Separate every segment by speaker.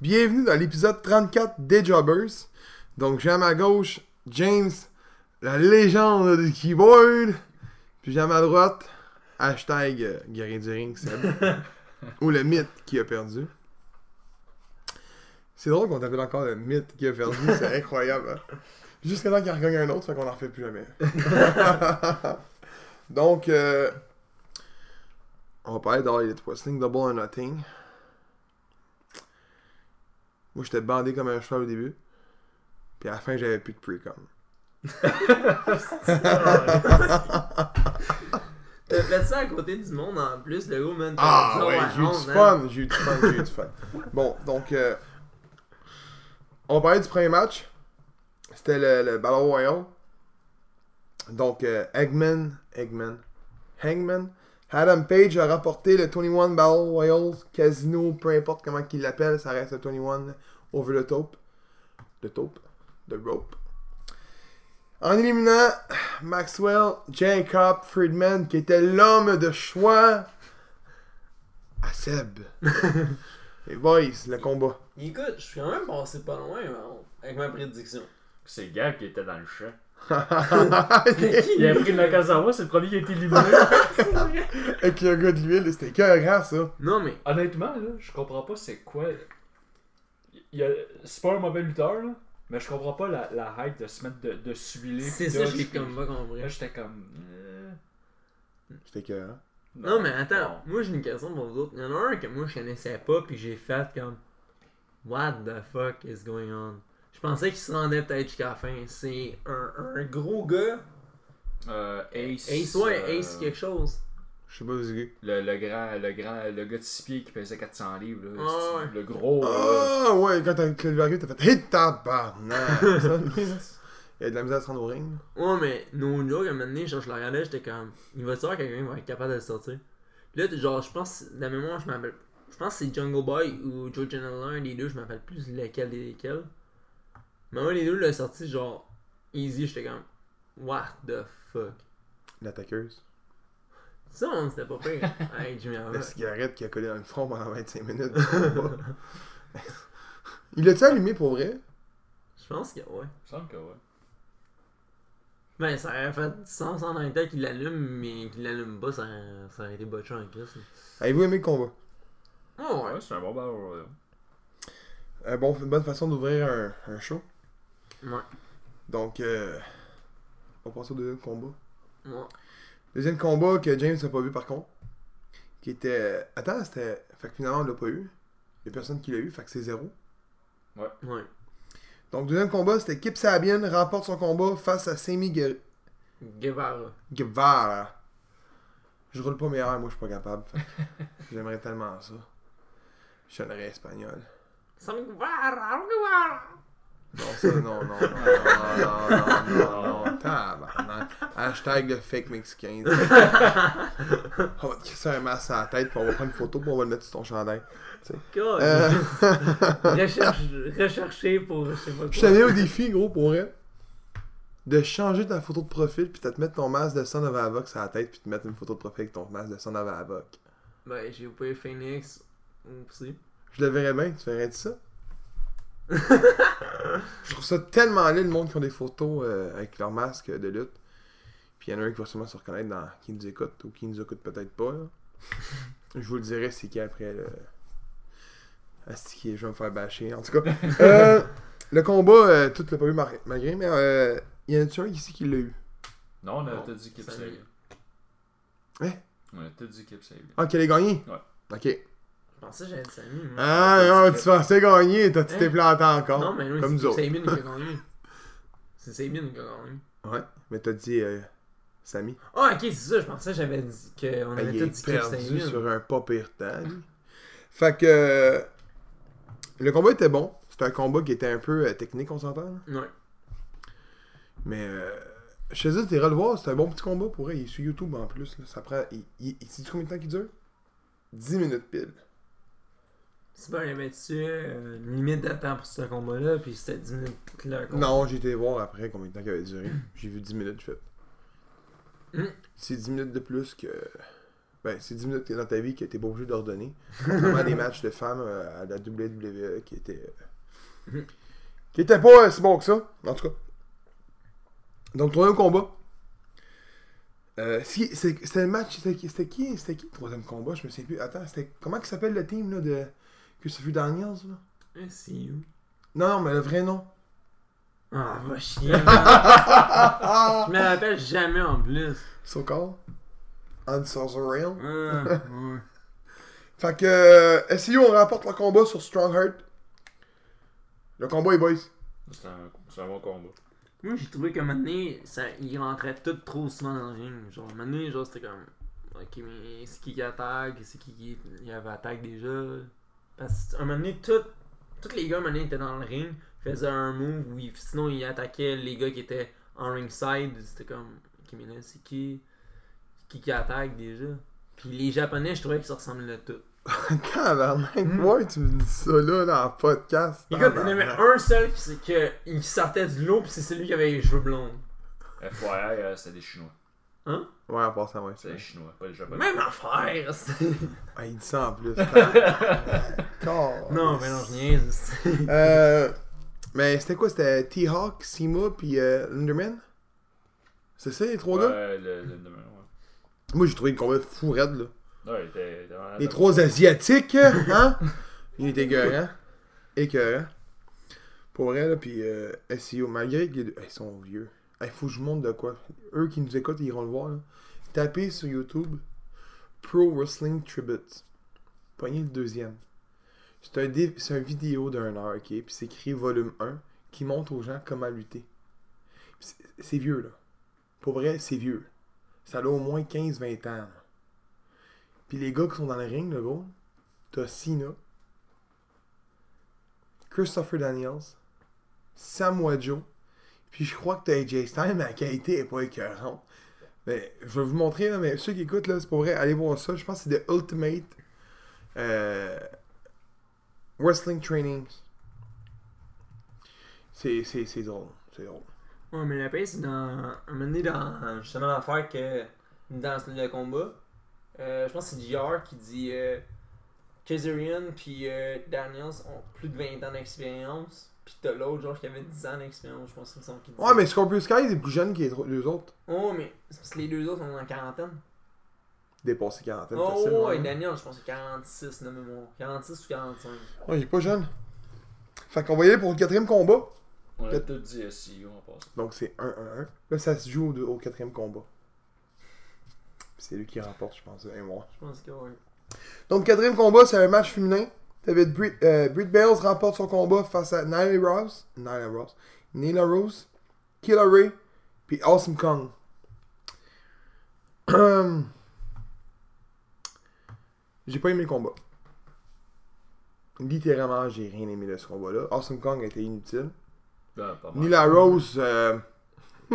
Speaker 1: Bienvenue dans l'épisode 34 des Jobbers. Donc j'ai à ma gauche James, la légende du keyboard. Puis j'ai à ma droite, hashtag euh, guerrier du ring, Seb. ou le mythe qui a perdu. C'est drôle qu'on t'appelle encore le mythe qui a perdu, c'est incroyable. hein. Jusqu'à temps qu'il en regagne un autre, fait qu'on en fait plus jamais. Donc, euh, on va parler d'All Elite Wrestling, Double or Nothing. Moi, j'étais bandé comme un cheval au début. Puis à la fin, j'avais plus de pre-com.
Speaker 2: T'as fait ça à côté du monde en plus, le gros man.
Speaker 1: Ah
Speaker 2: T'as
Speaker 1: ouais,
Speaker 2: raison,
Speaker 1: j'ai eu du
Speaker 2: man.
Speaker 1: fun, j'ai eu du fun, j'ai eu du fun. Bon, donc, euh, on parlait du premier match. C'était le, le Battle Royale. Donc, euh, Eggman, Eggman, Hangman, Adam Page a rapporté le 21 Battle Royale Casino, peu importe comment qu'il l'appelle, ça reste le 21 over the top. The top, the rope. En éliminant Maxwell, Jacob Friedman, qui était l'homme de choix à Seb. Les boys, le combat.
Speaker 2: Écoute, je suis quand même passé pas loin man, avec ma prédiction.
Speaker 3: C'est Gab qui était dans le champ.
Speaker 2: C'était qui
Speaker 3: Il a
Speaker 2: lui?
Speaker 3: pris de la Nakazawa, c'est le premier qui a été libéré.
Speaker 1: Avec le gars de l'huile, c'était écœurant ça.
Speaker 2: Non mais,
Speaker 3: Honnêtement, là, je comprends pas c'est quoi. Il y a... C'est pas un mauvais lutteur, là, mais je comprends pas la, la hype de se mettre de, de s'huiler.
Speaker 2: c'est
Speaker 3: puis
Speaker 2: ça
Speaker 3: là,
Speaker 2: j'ai
Speaker 3: je-
Speaker 2: comme pas compris.
Speaker 3: Là, j'étais comme. euh,
Speaker 1: C'était écœurant.
Speaker 2: Non mais attends,
Speaker 3: non.
Speaker 2: moi j'ai une question pour vous autres. Il y en a un que moi je connaissais pas puis j'ai fait comme What the fuck is going on? Je pensais qu'il se rendait peut-être jusqu'à la fin. C'est un, un gros gars.
Speaker 3: Euh, Ace.
Speaker 2: Ace, ouais,
Speaker 3: euh,
Speaker 2: Ace quelque chose.
Speaker 1: Je sais pas où c'est.
Speaker 3: Le, le grand, le grand, le gars de six pieds qui pesait 400 livres, là,
Speaker 2: Ah,
Speaker 3: c'est-
Speaker 2: ouais.
Speaker 3: le gros. là.
Speaker 1: Ah ouais, quand t'as le vergue, t'as fait Hit tabarnak! Ça, lui, là, Il y a de la misère à se rendre au ring.
Speaker 2: Ouais, mais no joke, à un moment donné, genre, je le regardais, j'étais comme, il va savoir que quelqu'un va être capable de le sortir. Puis là, t- genre, je pense, de la mémoire, je m'appelle, je pense que c'est Jungle Boy ou Joe General, un des deux, je m'appelle plus lequel des lesquels. Mais un des deux l'a sorti, genre, easy, j'étais comme, what the fuck.
Speaker 1: L'attaqueuse.
Speaker 2: Ça, on c'était pas pire. hey, Jimmy Havoc.
Speaker 1: La cigarette qui a collé dans le front pendant 25 minutes. du combat. Il l'a-tu allumé pour vrai?
Speaker 2: Je pense que, ouais.
Speaker 3: Il me semble que ouais.
Speaker 2: Ben, ça aurait fait du sens en même temps qu'il l'allume, mais qu'il l'allume pas, ça, ça aurait été botché en Christ.
Speaker 1: Avez-vous aimé le combat?
Speaker 2: Oh, ouais.
Speaker 3: Ouais, c'est un bon battle royale.
Speaker 1: Un Euh, bon- une bonne façon d'ouvrir un, un show.
Speaker 2: Ouais.
Speaker 1: Donc, euh, on passe au deuxième combat.
Speaker 2: Ouais.
Speaker 1: Deuxième combat que James n'a pas vu par contre. Qui était. Attends, c'était. Fait que finalement on l'a pas eu. Il y a personne qui l'a eu, fait que c'est zéro.
Speaker 2: Ouais.
Speaker 1: Donc deuxième combat, c'était Kip Sabian remporte son combat face à Sammy Gue-
Speaker 2: Guevara.
Speaker 1: Guevara. Je roule pas mes airs, moi je suis pas capable. fait que J'aimerais tellement ça. Je sonnerais espagnol.
Speaker 2: Ça me Guevara, Guevara.
Speaker 1: Non, ça, non, non, non, non, non, non, non, non, tabarnak. Hashtag le fake mexicain. on va te casser un masque à la tête, puis on va prendre une photo, puis on va le mettre sur ton chandail.
Speaker 2: God.
Speaker 1: Euh,
Speaker 2: Recherche, rechercher pour je sais pas
Speaker 1: Je
Speaker 2: quoi.
Speaker 1: te mets au défi, gros, pour vrai, de changer ta photo de profil, puis de te mettre ton masque de Son of Avoc à la tête, puis te mettre une photo de profil avec ton masque de Son of Avoc.
Speaker 2: Ben, j'ai oublié Phoenix aussi.
Speaker 1: Je le verrais bien, tu verrais ça? je trouve ça tellement laid, le monde qui ont des photos euh, avec leur masque de lutte. Puis il y en a un qui va sûrement se reconnaître dans qui nous écoute ou qui nous écoute peut-être pas. là. Je vous le dirai, c'est qui après le. Astiqué, je vais me faire bâcher. En tout cas, euh, le combat, euh, tout l'a pas eu mar- malgré, mais euh, il y en a-tu un ici qui l'a eu
Speaker 3: Non, on a
Speaker 2: Non,
Speaker 3: tout dit Kip
Speaker 2: ça
Speaker 3: Sabian.
Speaker 1: Hein?
Speaker 3: On a tout dit Kip Sabian.
Speaker 1: Ah, qui a gagné
Speaker 3: Ouais.
Speaker 1: Ok.
Speaker 2: Je pensais que j'avais Samy. moi.
Speaker 1: Ah, non, tu pensais gagner, t'as- tu t'es
Speaker 2: Hein?
Speaker 1: planté encore.
Speaker 2: non, mais oui,
Speaker 1: comme nous
Speaker 2: c'est
Speaker 1: autres.
Speaker 2: Sabine qui a gagné. C'est Sabine qui a gagné.
Speaker 1: Ouais, mais t'as dit euh, Samy.
Speaker 2: Ah, ok, c'est ça, je pensais que j'avais dit qu'on
Speaker 1: Ah,
Speaker 2: avait
Speaker 1: il
Speaker 2: tout
Speaker 1: est
Speaker 2: dit que
Speaker 1: perdu
Speaker 2: Sabine.
Speaker 1: sur un pas pire temps. lui. Fait que. euh, Le combat était bon. C'était un combat qui était un peu euh, technique, on s'entend. là.
Speaker 2: Ouais.
Speaker 1: Mais. Euh... Chez eux, t'es le voir. C'est un bon petit combat pour eux. Il est sur YouTube en plus. là. Ça prend. Il, il... il- sais-tu combien de temps qu'il dure 10 minutes pile.
Speaker 2: C'est pas j'avais tué euh, une limite de temps pour ce combat-là, puis c'était 10 minutes là. Ah, combat.
Speaker 1: Non, j'ai été voir après combien de temps qu'il avait duré. J'ai vu 10 minutes, je fais.
Speaker 2: Hmm.
Speaker 1: C'est 10 minutes de plus que. Ben, c'est 10 minutes que t'es dans ta vie que t'es pas obligé d'ordonner. Contrairement à des matchs de femmes euh, à la WWE qui étaient. euh,
Speaker 2: Mhm.
Speaker 1: qui étaient pas euh, si bons que ça, en tout cas. Donc, troisième combat. Euh, si- c'est- c'était le match. C'était qui C'était qui, c'était qui le troisième combat Je me sais plus. Attends, c'était. Comment qui s'appelle le team là, de. Que ce fut Daniels là?
Speaker 2: Eh, C'est où?
Speaker 1: Non, non, mais le vrai nom.
Speaker 2: Ah, va chier. man. je me rappelle jamais en plus.
Speaker 1: So called. Unsorceral.
Speaker 2: Ah, ouais.
Speaker 1: Fait que euh, SEO, on remporte le combat sur Strongheart. Le combat est boys.
Speaker 4: C'est un, c'est un bon combat.
Speaker 2: Moi, j'ai trouvé qu'à un moment donné, ça, ils rentraient tout trop souvent dans le ring. Genre, à un moment donné, genre, c'était comme. Ok, mais c'est qui qui attaque C'est qui qui il y avait attaque déjà Parce qu'à un moment donné, tout- tous les gars, à un moment donné, étaient dans le ring, faisaient un move, où ils- sinon ils attaquaient les gars qui étaient en ringside. C'était comme. Ok, mais là, c'est qui c'est qui qui attaque déjà Puis les Japonais, je trouvais qu'ils se ressemblaient tous.
Speaker 1: Tabarnak, ouais, tu me dis ça là dans le podcast.
Speaker 2: Les gars, il y en avait
Speaker 1: Tabarnak.
Speaker 2: un seul qui, c'est que, il sortait du lot, puis c'est celui qui avait les cheveux blonds.
Speaker 4: FYI, euh, c'était des Chinois.
Speaker 1: Ouais, en passant, ouais. c'est
Speaker 4: C'était des Chinois, pas des Japonais.
Speaker 2: Même affaire c'est-
Speaker 1: vrai. Ah, il dit ça en plus. Tabarnak.
Speaker 2: Non, mais non, je niaise.
Speaker 1: Euh, mais c'était quoi C'était T-Hawk, Sima, puis euh, Linderman C'est ça les trois gars
Speaker 4: Ouais, le, le, le- ouais.
Speaker 1: Moi, j'ai trouvé le combat fou raide là.
Speaker 4: Ouais, il était- il était vraiment-
Speaker 1: Les trois Asiatiques, hein? Il était écœurant. Écœurant. Pour vrai, là, puis euh, SEO, malgré qu'ils hey, ils sont vieux. Il faut que je vous montre de quoi. Eux qui nous écoutent, ils iront le voir. Là. Tapez sur YouTube Pro Wrestling Tribute. Pognez le deuxième. C'est un, dé- c'est un vidéo d'un heure, ok? Puis c'est écrit volume 1 qui montre aux gens comment lutter. Puis c'est- C'est vieux, là. Pour vrai, c'est vieux. Ça a au moins 15-20 ans. là. Puis les gars qui sont dans le ring, le gros, t'as Cena, Christopher Daniels, Samoa Joe, puis je crois que t'as AJ Styles, mais la qualité est pas écœurante. Mais je vais vous montrer, là, mais ceux qui écoutent, là, c'est pour vrai, allez voir ça. Je pense que c'est The Ultimate euh, Wrestling Training. C'est c'est- c'est drôle, c'est drôle.
Speaker 2: Ouais, mais la paix, c'est dans. Un moment donné, dans. Justement, l'affaire que. Dans le combat, euh, je pense que c'est JR qui dit. Euh, Kazarian puis euh, Daniels ont plus de 20 ans d'expérience. Puis t'as l'autre, genre, qui avait 10 ans d'expérience, je pense qu'ils sont. qui dit-
Speaker 1: Ouais, mais Scorpio Sky, il est plus jeune que les trois- les autres.
Speaker 2: Oh, mais. C'est parce que les deux autres sont en quarantaine.
Speaker 1: Dépassé 40
Speaker 2: Oh,
Speaker 1: facile, hein.
Speaker 2: ouais,
Speaker 1: ouais.
Speaker 2: Daniels, je pense que c'est 46, de mémoire. 46 ou 45.
Speaker 1: Ouais, il est pas jeune. Fait qu'on va y aller pour le quatrième combat.
Speaker 4: On a tout dit SEO en passant.
Speaker 1: Donc c'est 1-1-1. Là, ça se joue au, deux- au quatrième combat. Puis C'est lui qui remporte, je pense, un mois.
Speaker 2: Je pense que, ouais.
Speaker 1: Donc, quatrième combat, c'est un match féminin. T'avais Britt, euh, Britt Bells remporte son combat face à Nyla Rose. Nyla Rose. Nyla Rose. Killer Ray. Puis Awesome Kong. Hum. j'ai pas aimé le combat. Littéralement, j'ai rien aimé de ce combat-là. Awesome Kong était inutile.
Speaker 4: Ben, pas mal.
Speaker 1: Nila Rose. Euh...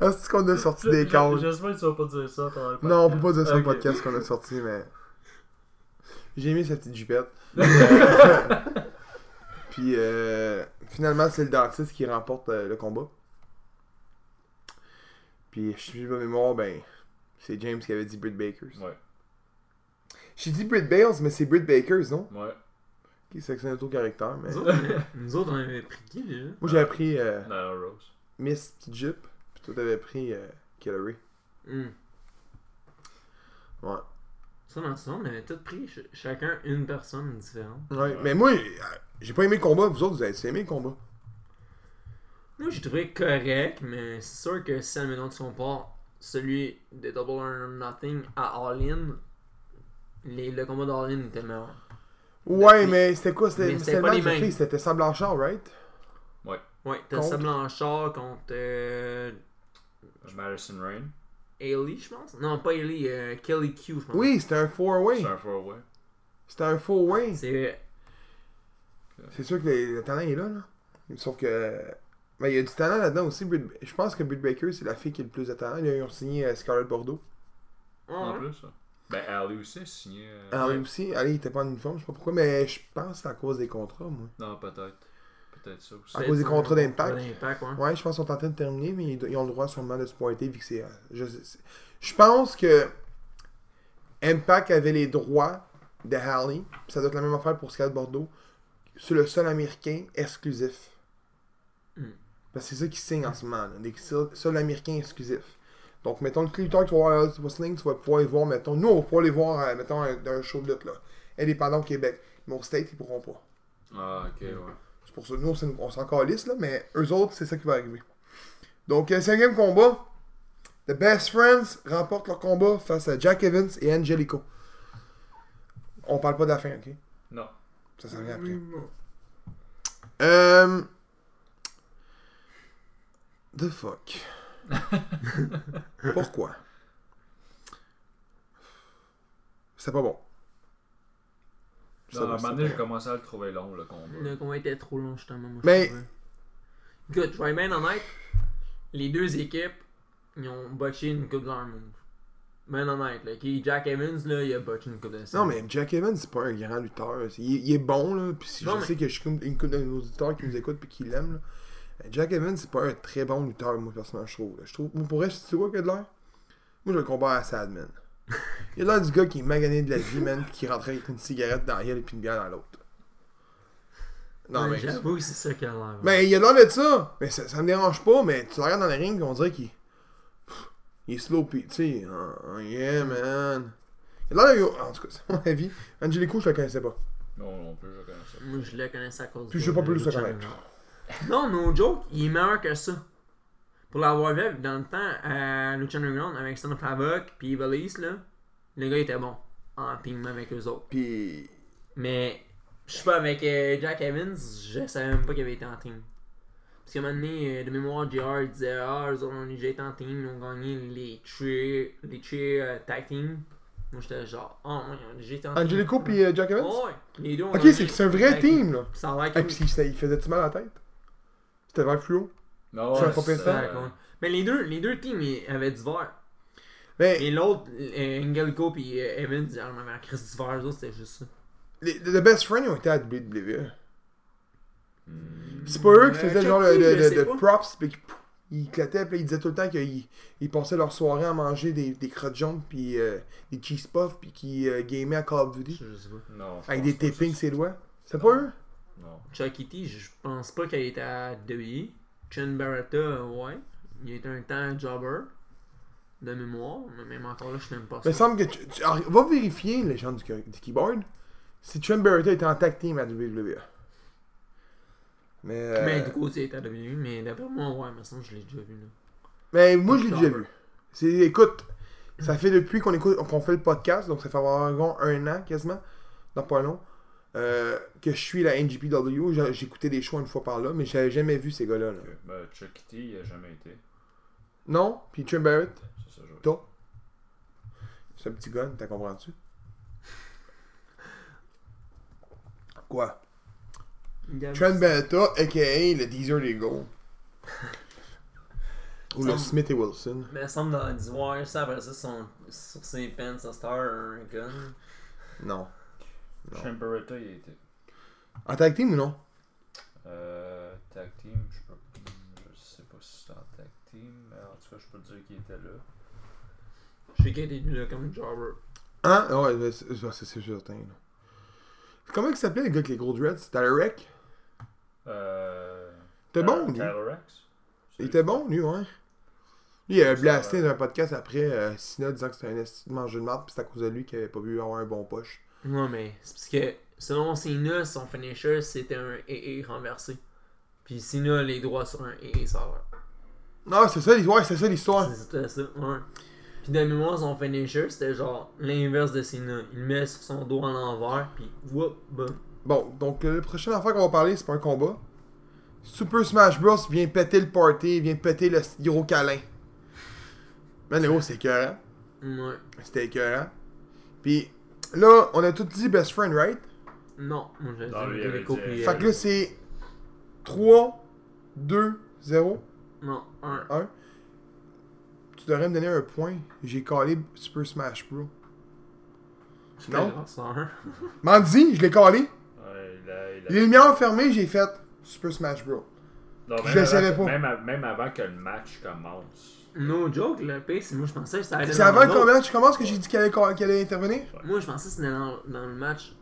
Speaker 1: Est-ce qu'on a sorti des cases?
Speaker 3: J'espère que tu vas pas dire ça pendant le
Speaker 1: Non, on peut pas dire ça au
Speaker 3: Ok.
Speaker 1: podcast qu'on a sorti, mais. J'ai aimé sa petite jupette. Puis euh, finalement, c'est le dentiste qui remporte euh, le combat. Puis je suis de ma mémoire, ben, c'est James qui avait dit Britt Bakers.
Speaker 4: Ouais,
Speaker 1: J'ai dit Britt Bales, mais c'est Britt Bakers, non
Speaker 4: ouais.
Speaker 1: Qui sectionne autre caractère, mais.
Speaker 2: Nous autres, on- nous autres, on avait pris qui déjà
Speaker 1: Moi, j'avais pris euh,
Speaker 4: Nala Rose.
Speaker 1: Miss Petite Jupe, puis toi, t'avais pris euh, Hillary.
Speaker 2: Hum.
Speaker 1: Ouais.
Speaker 2: Ça, dans ça, on avait tous pris ch- chacun une personne différente.
Speaker 1: Ouais, mais moi, j'ai- j'ai pas aimé le combat. Vous autres, vous avez aimé le combat.
Speaker 2: Moi, j'ai trouvé correct, mais c'est sûr que si, admettons, tu compares celui de Double or Nothing à All-In, les- le combat d'All-In était meilleur.
Speaker 1: Ouais,
Speaker 2: Mais-
Speaker 1: mais c'était quoi C'était c'était
Speaker 2: mais
Speaker 1: le
Speaker 2: c'était pas
Speaker 1: match
Speaker 2: les
Speaker 1: de
Speaker 2: mêmes.
Speaker 1: filles, C'était Sam Blanchard, right
Speaker 2: Ouais, t'as
Speaker 1: Contre?
Speaker 2: Sam Blanchard contre euh,
Speaker 4: Madison Rain.
Speaker 2: Ailey, je pense. Non, pas Ailey, euh, Kelly Q, je pense.
Speaker 1: Oui, c'était un four-way.
Speaker 4: C'est un four-way.
Speaker 1: C'était un four-way.
Speaker 2: C'est
Speaker 1: C'est sûr que le, le talent est là, là. Sauf que. euh, Mais il y a du talent là-dedans aussi. Britt- Je pense que Britt Baker, c'est la fille qui a le plus de talent. Ils ont signé euh, Scarlett Bordeaux.
Speaker 4: En
Speaker 2: Ouais.
Speaker 4: plus, ça. Ben, Ali aussi a signé. euh,
Speaker 1: Elle Ah, aussi, elle, il était pas en uniforme, je sais pas pourquoi, mais je pense que c'est à cause des contrats, moi.
Speaker 4: Non, peut-être. Peut-être ça aussi.
Speaker 1: À cause des contrats d'impact.
Speaker 2: euh, D'impact, ouais.
Speaker 1: Ouais, je pense qu'ils sont en train de terminer, mais ils, ils ont le droit sûrement de se pointer vu que c'est. euh, Je, sais- je pense que Impact avait les droits de Halley. puis Ça doit être la même affaire pour Scott Bordeaux. C'est le seul américain exclusif.
Speaker 2: Hmm.
Speaker 1: Parce que c'est ça qui signe en ce moment. là, Des seuls seuls américains exclusifs. Donc, mettons, le lutteur que tu vas voir à All Wrestling, tu vas pouvoir les voir, mettons, nous, on va pouvoir les voir, euh, mettons, euh, dans un show de lutte, là. Indépendant au Québec. Mais au State, ils pourront pas.
Speaker 4: Ah, ok, ouais.
Speaker 1: C'est pour ça, nous, on s'en- on s'en calisse, là, mais eux autres, c'est ça qui va arriver. Donc, euh, cinquième combat. The Best Friends remportent leur combat face à Jack Evans et Angelico. On parle pas de la fin, ok?
Speaker 4: Non.
Speaker 1: Ça s'en vient après. Euh... The fuck. Pourquoi? C'est pas bon.
Speaker 4: Non, à un
Speaker 1: c'est
Speaker 4: moment
Speaker 1: pas
Speaker 4: donné, j'ai
Speaker 1: bon.
Speaker 4: commencé à le trouver long, le combat.
Speaker 2: Le combat était trop long, justement. Moi, je
Speaker 1: Mais-
Speaker 2: trouvais. Écoute, je vais être bien honnête. Les deux équipes, ils ont botché une coupe de leur move. Ben honnête, là. ok, Jack Evans, là, il a botché une coupe de
Speaker 1: Non, mais Jack Evans, c'est pas un grand lutteur. C'est- Il, est- il est bon, là. Puis si
Speaker 2: Non,
Speaker 1: je
Speaker 2: mais-
Speaker 1: sais que je suis comme une couple d'un auditeur qui nous écoute puis qui l'aime, là. euh, Jack Evans, c'est pas un très bon lutteur, moi, personnellement, je trouve. là. Je trouve, moi, pour vrai, tu vois qu'il a de l'air Moi, je le compare à Sadman. Il a l'air du gars qui est magané de la vie, man, puis qui rentrait avec une cigarette dans la gueule et puis une bière dans l'autre. Non, mais.
Speaker 2: J'avoue que c'est ça qu'il a l'air.
Speaker 1: Mais il a l'air de ça! Mais ça, ça me dérange pas, mais tu le regardes dans le ring, on dirait qu'il. Pff, Il est slow, pis tu sais. oh, oh, yeah, man. Il a l'air de. En tout cas, c'est mon avis. Angelico, je le connaissais pas.
Speaker 4: Non, non plus, je connais ça.
Speaker 2: Moi, je le connaissais à cause
Speaker 1: Puis
Speaker 2: de-
Speaker 1: je sais pas
Speaker 2: de
Speaker 1: plus le
Speaker 2: Lucha
Speaker 1: connaître.
Speaker 2: Underground. Non, no joke, il est meilleur que ça. Pour l'avoir vu dans le temps à Lucha Underground avec Son of Havoc puis Valise, là, le gars était bon en team avec eux autres.
Speaker 1: Pis.
Speaker 2: Mais je sais pas, avec euh, Jack Evans, je savais même pas qu'il avait été en team. Parce qu'à un moment donné, euh, de mémoire, JR il disait Ah, eux autres, on a déjà été en team, ils ont gagné les cheer, les cheer euh, tag team. Moi j'étais genre, Ah, ouais, ils ont déjà été en team.
Speaker 1: Angelico pis euh, Jack Evans?
Speaker 2: Oh, ouais, les deux ont
Speaker 1: ok,
Speaker 2: gagné
Speaker 1: c'est c'est un
Speaker 2: les
Speaker 1: vrai
Speaker 2: tag team.
Speaker 1: team, là.
Speaker 2: Ça a l'air
Speaker 1: Ah,
Speaker 2: comme-
Speaker 1: pis il, il faisait-tu mal à la tête? C'était vert fluo.
Speaker 4: Non,
Speaker 1: C'est un
Speaker 4: ouais,
Speaker 1: compétent.
Speaker 4: c'est,
Speaker 2: Ça,
Speaker 4: euh,
Speaker 2: quoi. Mais les deux, les deux teams ils avaient du vert.
Speaker 1: Mais
Speaker 2: Et l'autre, euh, Engelko puis euh, Evans, ils en avaient un Chris du vert, eux autres, c'était juste ça.
Speaker 1: les, The Best Friends, ils ont été à WWE.
Speaker 4: hmm,
Speaker 1: C'est pas eux qui
Speaker 2: Euh,
Speaker 1: faisaient genre le,
Speaker 2: Chucky,
Speaker 1: le-
Speaker 2: je
Speaker 1: le-
Speaker 2: sais
Speaker 1: le
Speaker 2: pas.
Speaker 1: props, pis qu'ils- pouf, ils éclataient, pis ils disaient tout le temps qu'ils ils passaient leur soirée à manger des, des crottes jaunes, pis euh, des cheese puffs, pis qu'ils euh, gamaient à Call of Duty.
Speaker 2: Je sais Ah, pas. Ah,
Speaker 4: Non. je
Speaker 1: Avec des
Speaker 4: pense pas que
Speaker 1: tapings,
Speaker 4: c'est-
Speaker 1: ses doigts. C'est pas eux?
Speaker 4: Non.
Speaker 2: Chuck E. T, je pense pas qu'il était à WWE. Chen Barretta, euh, ouais. Il était un temps jobber de mémoire, mais même encore là, je n'aime pas
Speaker 1: Mais
Speaker 2: ça.
Speaker 1: il semble que. tu- tu- alors, va vérifier, les gens du, du keyboard, si Trent Barretta était en tag team à WWE. Mais. euh,
Speaker 2: Mais du coup, il était à WWE, mais d'après moi, ouais, mais sinon, je l'ai déjà vu là.
Speaker 1: Mais moi, je l'ai déjà
Speaker 2: Jobber.
Speaker 1: vu. C'est, écoute, ça fait depuis qu'on écoute, qu'on fait le podcast, donc ça fait environ un an quasiment, non pas long, euh, que je suis la NGPW. J'a- J'écoutais des shows une fois par là, mais j'avais jamais vu ces gars-là. là.
Speaker 4: Ok. Ben, Chuck E. T, il a jamais été.
Speaker 1: Non? Puis Trent Barrett,
Speaker 4: C'est ça, je vois.
Speaker 1: toi? C'est un petit gun, t'as compris-tu? Quoi? Trent Barretta, a.k.a. le Deezer des Go. Ou le
Speaker 2: Semble-
Speaker 1: Smith et Wilson.
Speaker 2: Mais il semble dans du voir ça après ça, son, sur ses pants, sa star, un gun.
Speaker 1: Non. Non.
Speaker 4: Shane Barretta, il a été.
Speaker 1: En tag team ou non?
Speaker 4: Euh, tag team, je peux. Je sais pas si c'est en tag team, mais en tout cas, je peux te dire qu'il était là.
Speaker 2: Je sais qu'il était là comme jobber.
Speaker 1: Hein? Ah Ouais, ben, c'est c'est- c'est certain. là. Comment il s'appelait le gars avec les gros dreads? C'était le rec?
Speaker 4: Euh.
Speaker 1: T'es bon, lui.
Speaker 4: Tyler Rex.
Speaker 1: Il était bon, lui, ouais. Lui, il a
Speaker 4: Ça,
Speaker 1: blasté
Speaker 4: ouais.
Speaker 1: dans un podcast après euh, Sina disant que c'était un esti de mangeur de marde, puis c'est à cause de lui qu'il avait pas vu avoir un bon poche.
Speaker 2: Non, mais c'est parce que selon Cena, son finisher c'était un AA renversé. Puis Cena a les droits sur un AA serveur.
Speaker 1: Non, c'est ça l'histoire, c'est ça l'histoire.
Speaker 2: C'était ça, ouais. Puis de mémoire, son finisher c'était genre l'inverse de Cena. Il met sur son doigt à l'envers, puis whoop, boum.
Speaker 1: Bon, donc euh, le prochain affaire qu'on va parler, c'est pas un combat. Super Smash Bros. vient péter le party, vient péter le gros câlin. Man, le gros, c'est écœurant.
Speaker 2: Ouais.
Speaker 1: C'était écœurant. Puis là, on a tout dit best friend, right?
Speaker 2: Non, moi je
Speaker 4: Non, lui, il
Speaker 2: j'ai
Speaker 4: avait
Speaker 2: les coups,
Speaker 4: dit-
Speaker 2: puis,
Speaker 1: Fait
Speaker 2: euh,
Speaker 1: que là, c'est 3, 2, 0,
Speaker 2: Non, un.
Speaker 1: 1. Tu devrais me donner un point. J'ai calé Super Smash Bros.
Speaker 2: Je
Speaker 1: Non.
Speaker 2: pense à un.
Speaker 1: Mandy, je l'ai calé.
Speaker 4: Ouais, il a- il a-
Speaker 1: Les lumières ont fermé, j'ai fait Super Smash Bros.
Speaker 4: Non,
Speaker 1: Je
Speaker 4: même
Speaker 1: le
Speaker 4: avant-
Speaker 1: savais pas.
Speaker 4: Même, av- même avant que le match commence.
Speaker 2: No joke, le pire, c'est moi je pensais que ça allait
Speaker 1: C'est
Speaker 2: dans
Speaker 1: avant le
Speaker 2: l'autre.
Speaker 1: match, comment est-ce que j'ai dit qu'elle allait, qu'elle allait intervenir
Speaker 2: Moi je pensais que c'était dans, dans le match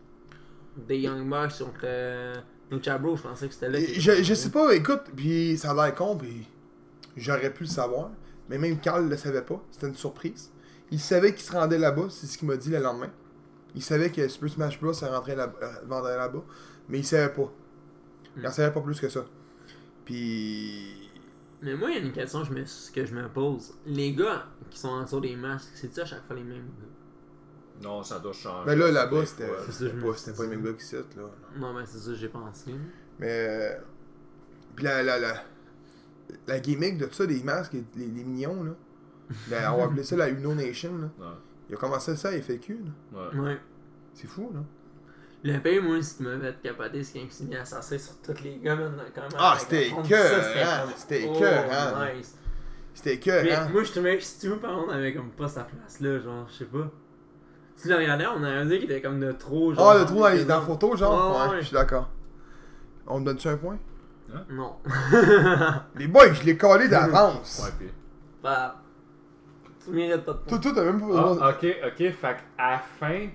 Speaker 2: des Young Bucks contre euh, Nick Chabro, je pensais que c'était là. qu'il-
Speaker 1: je, je sais pas, écoute, puis ça a l'air con, puis j'aurais pu le savoir, mais même Carl le savait pas, c'était une surprise. Il savait qu'il se rendait là-bas, c'est ce qu'il m'a dit le lendemain. Il savait que Super Smash Bros. se rentrait là- euh, rendrait là-bas, mais il savait pas.
Speaker 2: Hmm.
Speaker 1: Il en savait pas plus que ça. Puis.
Speaker 2: Mais moi, il y a une question que je me, que je me pose. Les gars qui sont en dessous des masques, c'est-tu à chaque fois les mêmes gars?
Speaker 4: Non, ça doit changer.
Speaker 1: Mais ben là, là-bas,
Speaker 4: des
Speaker 1: c'était
Speaker 4: fois.
Speaker 2: C'est ça, je
Speaker 1: c'était
Speaker 2: me
Speaker 1: pas,
Speaker 2: suis
Speaker 1: c'était pas les
Speaker 2: dit.
Speaker 1: mêmes gars qui citent, là.
Speaker 2: Non, mais c'est ça que j'ai pensé.
Speaker 1: Mais. euh, Puis la, la, la, la gimmick de tout ça, des masques, et les, les mignons, là. La- on va appeler ça la Uno Nation, là.
Speaker 4: Ouais.
Speaker 1: Il a commencé ça à FAQ, là.
Speaker 4: Ouais.
Speaker 2: Ouais.
Speaker 1: C'est fou, là.
Speaker 2: Le pire, moi, ce qui m'a fait capoter, c'est quand il s'est mis à sasser sur tous les gars, man, dans le commentaire.
Speaker 1: Ah, c'était
Speaker 2: Quand on dit
Speaker 1: écœurant,
Speaker 2: ça, c'était comme,
Speaker 1: c'était
Speaker 2: oh,
Speaker 1: écœurant. hein.
Speaker 2: nice.
Speaker 1: C'était
Speaker 2: Mais
Speaker 1: écœurant.
Speaker 2: moi, je trouvais que Stu, par contre, avait comme pas sa place là, genre, je sais pas. Si tu le regardais, on avait dit qu'il était comme de trop, genre.
Speaker 1: Ah, le trou dans, les- dans la photo, genre.
Speaker 2: Ouais,
Speaker 1: Ouais,
Speaker 2: ouais.
Speaker 1: je suis d'accord. On me donne-tu un point?
Speaker 2: Non.
Speaker 1: Les boys, je l'ai collé d'avance.
Speaker 4: Ouais, pis.
Speaker 2: bah. Tu mérites pas de
Speaker 1: Tout,
Speaker 2: point.
Speaker 1: tout, t'as même pas.
Speaker 3: Ah, ok, ok, fait que à la fin,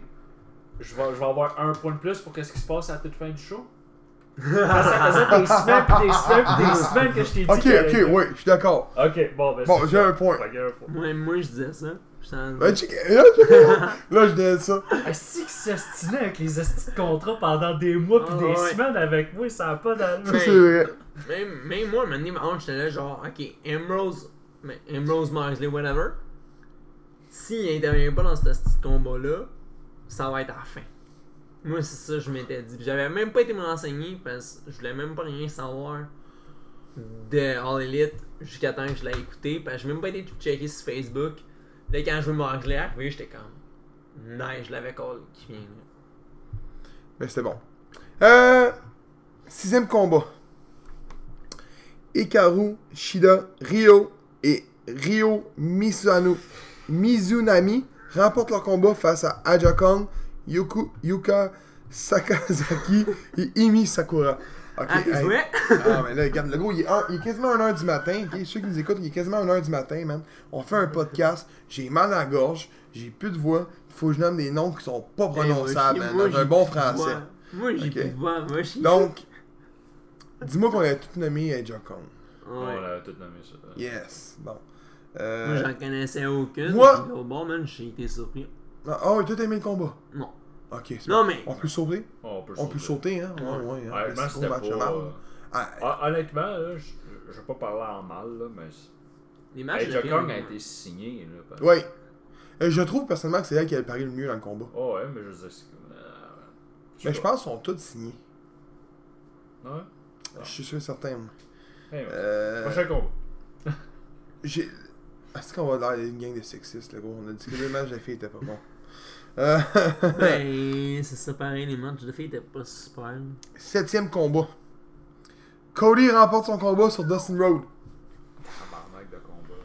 Speaker 3: je vais, je vais avoir un point de plus pour qu'est-ce qui se passe à la toute fin du show. Parce que ça faisait des semaines, pis des semaines, pis des semaines que je t'ai dit.
Speaker 1: Ok,
Speaker 3: qu'elle allait
Speaker 1: ok, ouais, je suis d'accord.
Speaker 3: être- Ok, bon, ben
Speaker 1: Bon,
Speaker 3: c'est
Speaker 1: j'ai
Speaker 3: ça.
Speaker 1: un point.
Speaker 3: Fait qu'il y a un point.
Speaker 2: Moi, moi, je disais ça. J'étais en-
Speaker 1: Ben, check- Là, je- là, je donne ça.
Speaker 3: Est-ce qui s'astinait avec les astis de contrat pendant des mois pis
Speaker 2: Ah,
Speaker 3: des
Speaker 2: ouais.
Speaker 3: semaines avec moi, ça a pas
Speaker 1: Ça,
Speaker 3: d'allure.
Speaker 1: c'est vrai.
Speaker 2: Même, même moi, maintenant, par contre, j'étais là, genre, ok, Ambrose, mais Ambrose Marsley, whatever. S'il intervient pas dans ce petit combat-là, ça va être à la fin. Moi, c'est ça, que je m'étais dit. Puis J'avais même pas été me renseigner parce que je voulais même pas rien savoir de All Elite jusqu'à temps que je l'ai écouté. Parce que j'ai même pas été checker sur Facebook. Là, quand je veux Marsley arriver, j'étais comme, nice, je l'avais call qui vient. là.
Speaker 1: Mais Ben, c'était bon. Euh, sixième combat. Ikaru, Shida, Ryo et Ryo Mizunami, Mizunami remportent leur combat face à Aja Kong, Yuku- Yuka Sakazaki et Imi Sakura. Ok,
Speaker 2: Ah, t'es
Speaker 1: hey.
Speaker 2: joué?
Speaker 1: Ah, mais là, regarde, le gros, il est, un- il est quasiment 1h du matin. ok? Ceux qui nous écoutent, il est quasiment 1h du matin, man. On fait un podcast, j'ai mal à la gorge, j'ai plus de voix. Il faut que je nomme des noms qui sont
Speaker 2: Eh
Speaker 1: pas prononçables, man.
Speaker 2: Moi,
Speaker 1: dans
Speaker 2: j'ai
Speaker 1: un bon
Speaker 2: plus de voix.
Speaker 1: français.
Speaker 2: Moi, j'ai
Speaker 1: Ok.
Speaker 2: plus de voix. Moi, je suis.
Speaker 1: Donc, dis-moi qu'on a tout nommé Aja Kong.
Speaker 2: Ouais.
Speaker 4: On l'avait tout nommé ça.
Speaker 1: Yes, bon.
Speaker 2: Moi,
Speaker 1: Euh...
Speaker 2: j'en connaissais aucune.
Speaker 1: Moi-
Speaker 2: Puis Au bon, man, j'ai été surpris.
Speaker 1: ah, Oh, tout aimé le combat.
Speaker 2: Non.
Speaker 1: Ok, c'est
Speaker 2: Non,
Speaker 1: bon.
Speaker 2: mais.
Speaker 1: On peut sauter
Speaker 4: On peut
Speaker 1: On peut sauter, hein? Ouais, ouais. hein. Mais
Speaker 4: Honnêtement,
Speaker 1: c'est gros
Speaker 4: c'était
Speaker 1: match de
Speaker 4: pas.
Speaker 1: marde.
Speaker 4: euh,
Speaker 1: Ah,
Speaker 4: hon- Honnêtement, là, je je vais pas parler en mal, là, mais.
Speaker 2: Les
Speaker 4: Hey,
Speaker 2: matchs, Ah, je
Speaker 4: Jack
Speaker 2: le fais,
Speaker 4: Kong a
Speaker 2: mais-
Speaker 4: été signé, là. par-
Speaker 1: ouais. Euh, Je trouve personnellement que c'est elle qui a parié le mieux dans le combat.
Speaker 4: Oh, ouais, mais je veux dire, c'est comme. euh,
Speaker 1: Mais Ben, je pense qu'ils sont tous signés.
Speaker 4: Ouais.
Speaker 1: Je suis sûr et certain. moi.
Speaker 4: Anyway.
Speaker 1: Euh...
Speaker 4: Prochain combat.
Speaker 1: J'ai. Est-ce qu'on va dans une gang de sexistes, le gros? On a dit que le match de la fille était pas bon. Euh,
Speaker 2: Ben, c'est ça pareil, les matchs de filles étaient pas super.
Speaker 1: Septième combat. Cody remporte son combat sur Dustin Road.
Speaker 4: Tabarnak de combat.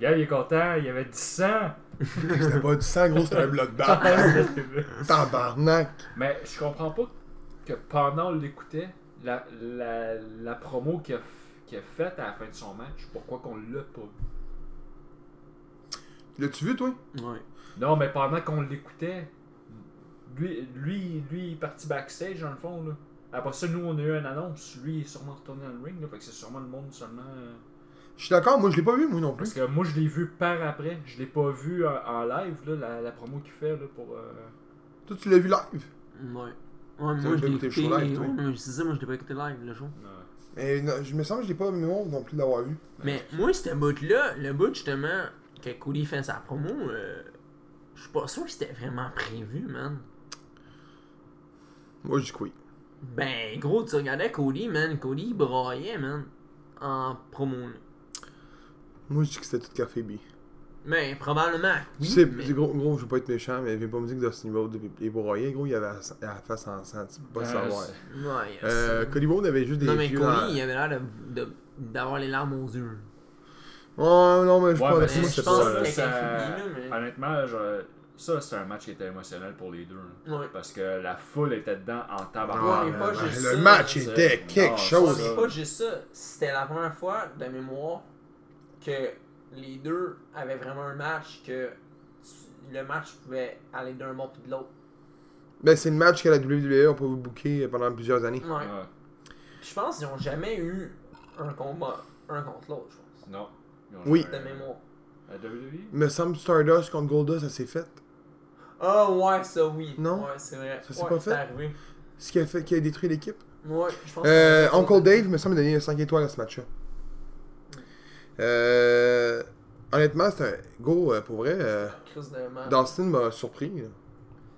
Speaker 3: Gars, il est content, il y avait 10 ans.
Speaker 1: C'était pas du sang, gros, c'était un bloodbath. Ben. Tabarnak.
Speaker 3: Mais je comprends pas que pendant on l'écoutait, la, la, la promo qu'il a, f- qu'il a faite à la fin de son match, pourquoi qu'on l'a pas vu?
Speaker 1: L'as-tu vu, toi?
Speaker 2: Ouais.
Speaker 3: Non, mais pendant qu'on l'écoutait, lui, lui, lui, il est parti backstage dans le fond. Là. Après ça, nous, on a eu une annonce. Lui, il est sûrement retourné dans le ring. Là, fait que c'est sûrement le monde seulement. euh,
Speaker 1: Je suis d'accord, moi je l'ai pas vu, moi non
Speaker 3: Parce
Speaker 1: plus.
Speaker 3: que moi, je l'ai vu par après. Je l'ai pas vu en, en live, là, la, la promo qu'il fait là, pour. euh,
Speaker 1: Toi, tu l'as vu live.
Speaker 2: Ouais. Ouais,
Speaker 1: T'as
Speaker 2: moi,
Speaker 1: pas
Speaker 2: je
Speaker 1: écouté
Speaker 2: l'ai
Speaker 1: le
Speaker 2: écouté.
Speaker 1: show live, toi?
Speaker 2: ouais, mais C'est ça, moi, je l'ai pas écouté live, le show.
Speaker 4: Ouais.
Speaker 1: Mais non, je me semble que je l'ai pas mémoire non plus d'avoir vu.
Speaker 2: Mais moi, ce bout-là, le bout, justement, que Cody fait sa promo, euh, je suis pas sûr que c'était vraiment prévu, man.
Speaker 1: Moi, je dis que oui.
Speaker 2: Ben, gros, tu regardais Cody, man. Cody, il braillait, man. En promo, là.
Speaker 1: Moi, je dis que c'était tout café B.
Speaker 2: Mais Ben, probablement.
Speaker 1: tu
Speaker 2: Oui,
Speaker 1: sais,
Speaker 2: mais-
Speaker 1: gros, gros, je veux pas être méchant, mais viens pas me dire que Dustin Road est broyé, gros, il avait la, la face en sang, tu peux pas
Speaker 3: euh,
Speaker 1: savoir.
Speaker 3: c'est-
Speaker 2: Ouais,
Speaker 1: Euh,
Speaker 2: Ah, c'est-
Speaker 1: Cody Rhodes avait juste des
Speaker 2: Non, mais
Speaker 1: yeux
Speaker 2: Cody,
Speaker 1: dans-
Speaker 2: il avait l'air de- de- d'avoir les larmes aux yeux.
Speaker 1: Ouais, non, mais je
Speaker 3: Ouais,
Speaker 1: crois
Speaker 3: mais
Speaker 1: que moi,
Speaker 2: je
Speaker 1: c'est
Speaker 2: pense
Speaker 1: pas
Speaker 2: que
Speaker 1: ça.
Speaker 2: la
Speaker 1: là.
Speaker 2: cacophonie, là, mais-
Speaker 4: Honnêtement, je- ça, c'était un match qui était émotionnel pour les deux.
Speaker 3: hein.
Speaker 4: là.
Speaker 2: Ouais.
Speaker 4: Parce que la foule était dedans en
Speaker 1: Ah,
Speaker 4: tabarnak.
Speaker 2: Ouais, mais pas
Speaker 1: ben,
Speaker 2: juste
Speaker 1: le
Speaker 2: ça, Ah,
Speaker 1: match
Speaker 2: c'est-
Speaker 1: était quelque
Speaker 4: Non,
Speaker 2: Ouais,
Speaker 1: chose.
Speaker 4: ça.
Speaker 2: mais pas juste ça. C'était la première fois de mémoire que les deux avaient vraiment un match que tu- le match pouvait aller d'un bord puis de l'autre.
Speaker 1: Ben, c'est le match que la WWE a pas vous booker pendant plusieurs années.
Speaker 2: Ouais.
Speaker 4: Ouais.
Speaker 2: Je pense qu'ils ont jamais eu un combat un contre l'autre, je pense.
Speaker 4: Non. Ils ont
Speaker 1: Oui.
Speaker 4: joué,
Speaker 2: De
Speaker 4: euh,
Speaker 2: mémoire.
Speaker 4: À WWE
Speaker 1: Il me semble Stardust contre Goldust, ça s'est fait.
Speaker 2: Ah ouais, ça oui.
Speaker 1: Non.
Speaker 2: Ouais, c'est vrai.
Speaker 1: Ça s'est
Speaker 2: Ouais,
Speaker 1: pas fait?
Speaker 2: C'est arrivé.
Speaker 1: Ce qui a fait qui a détruit l'équipe.
Speaker 2: Ouais, je pense
Speaker 1: Euh,
Speaker 2: que-
Speaker 1: Uncle Dave me semble donner 5 étoiles à ce match-là. Euh, honnêtement, c'est un go euh, pour vrai. euh,
Speaker 2: Chris de man.
Speaker 1: Dustin m'a surpris. là.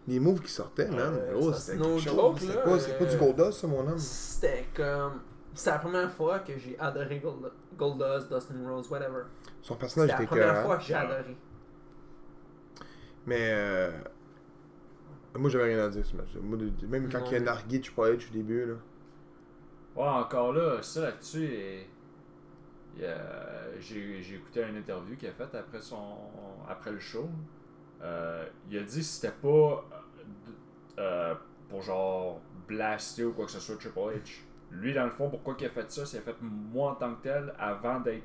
Speaker 1: Les moves qui sortaient, man.
Speaker 2: Ouais,
Speaker 1: gros,
Speaker 2: Euh, ça,
Speaker 1: c'était
Speaker 2: c'est no
Speaker 1: quelque
Speaker 2: joke,
Speaker 1: chose. C'était
Speaker 2: là,
Speaker 1: pas, c'était pas
Speaker 2: euh,
Speaker 1: du Goldust, ça, mon homme.
Speaker 2: C'était comme. C'est la première fois que j'ai adoré Gold- Goldust, Dustin Rose, whatever.
Speaker 1: Son
Speaker 2: C'était
Speaker 1: personnage
Speaker 2: la
Speaker 1: était
Speaker 2: première
Speaker 1: écœurant.
Speaker 2: fois que j'ai
Speaker 4: Ouais.
Speaker 2: adoré.
Speaker 1: Mais euh, moi, j'avais rien à dire ce match. Moi, de- de- même quand
Speaker 2: Non.
Speaker 1: il a nargué Triple H au début, là.
Speaker 4: Ouais, encore là, ça là-dessus, et- il y a- j'ai j'ai écouté une interview qu'il a faite après, son... après le show. Euh, il a dit que c'était pas euh, d- euh, pour genre blaster ou quoi que ce soit Triple H. Lui, dans le fond, pourquoi il a fait ça, c'est qu'il a fait moi en tant que tel avant d'être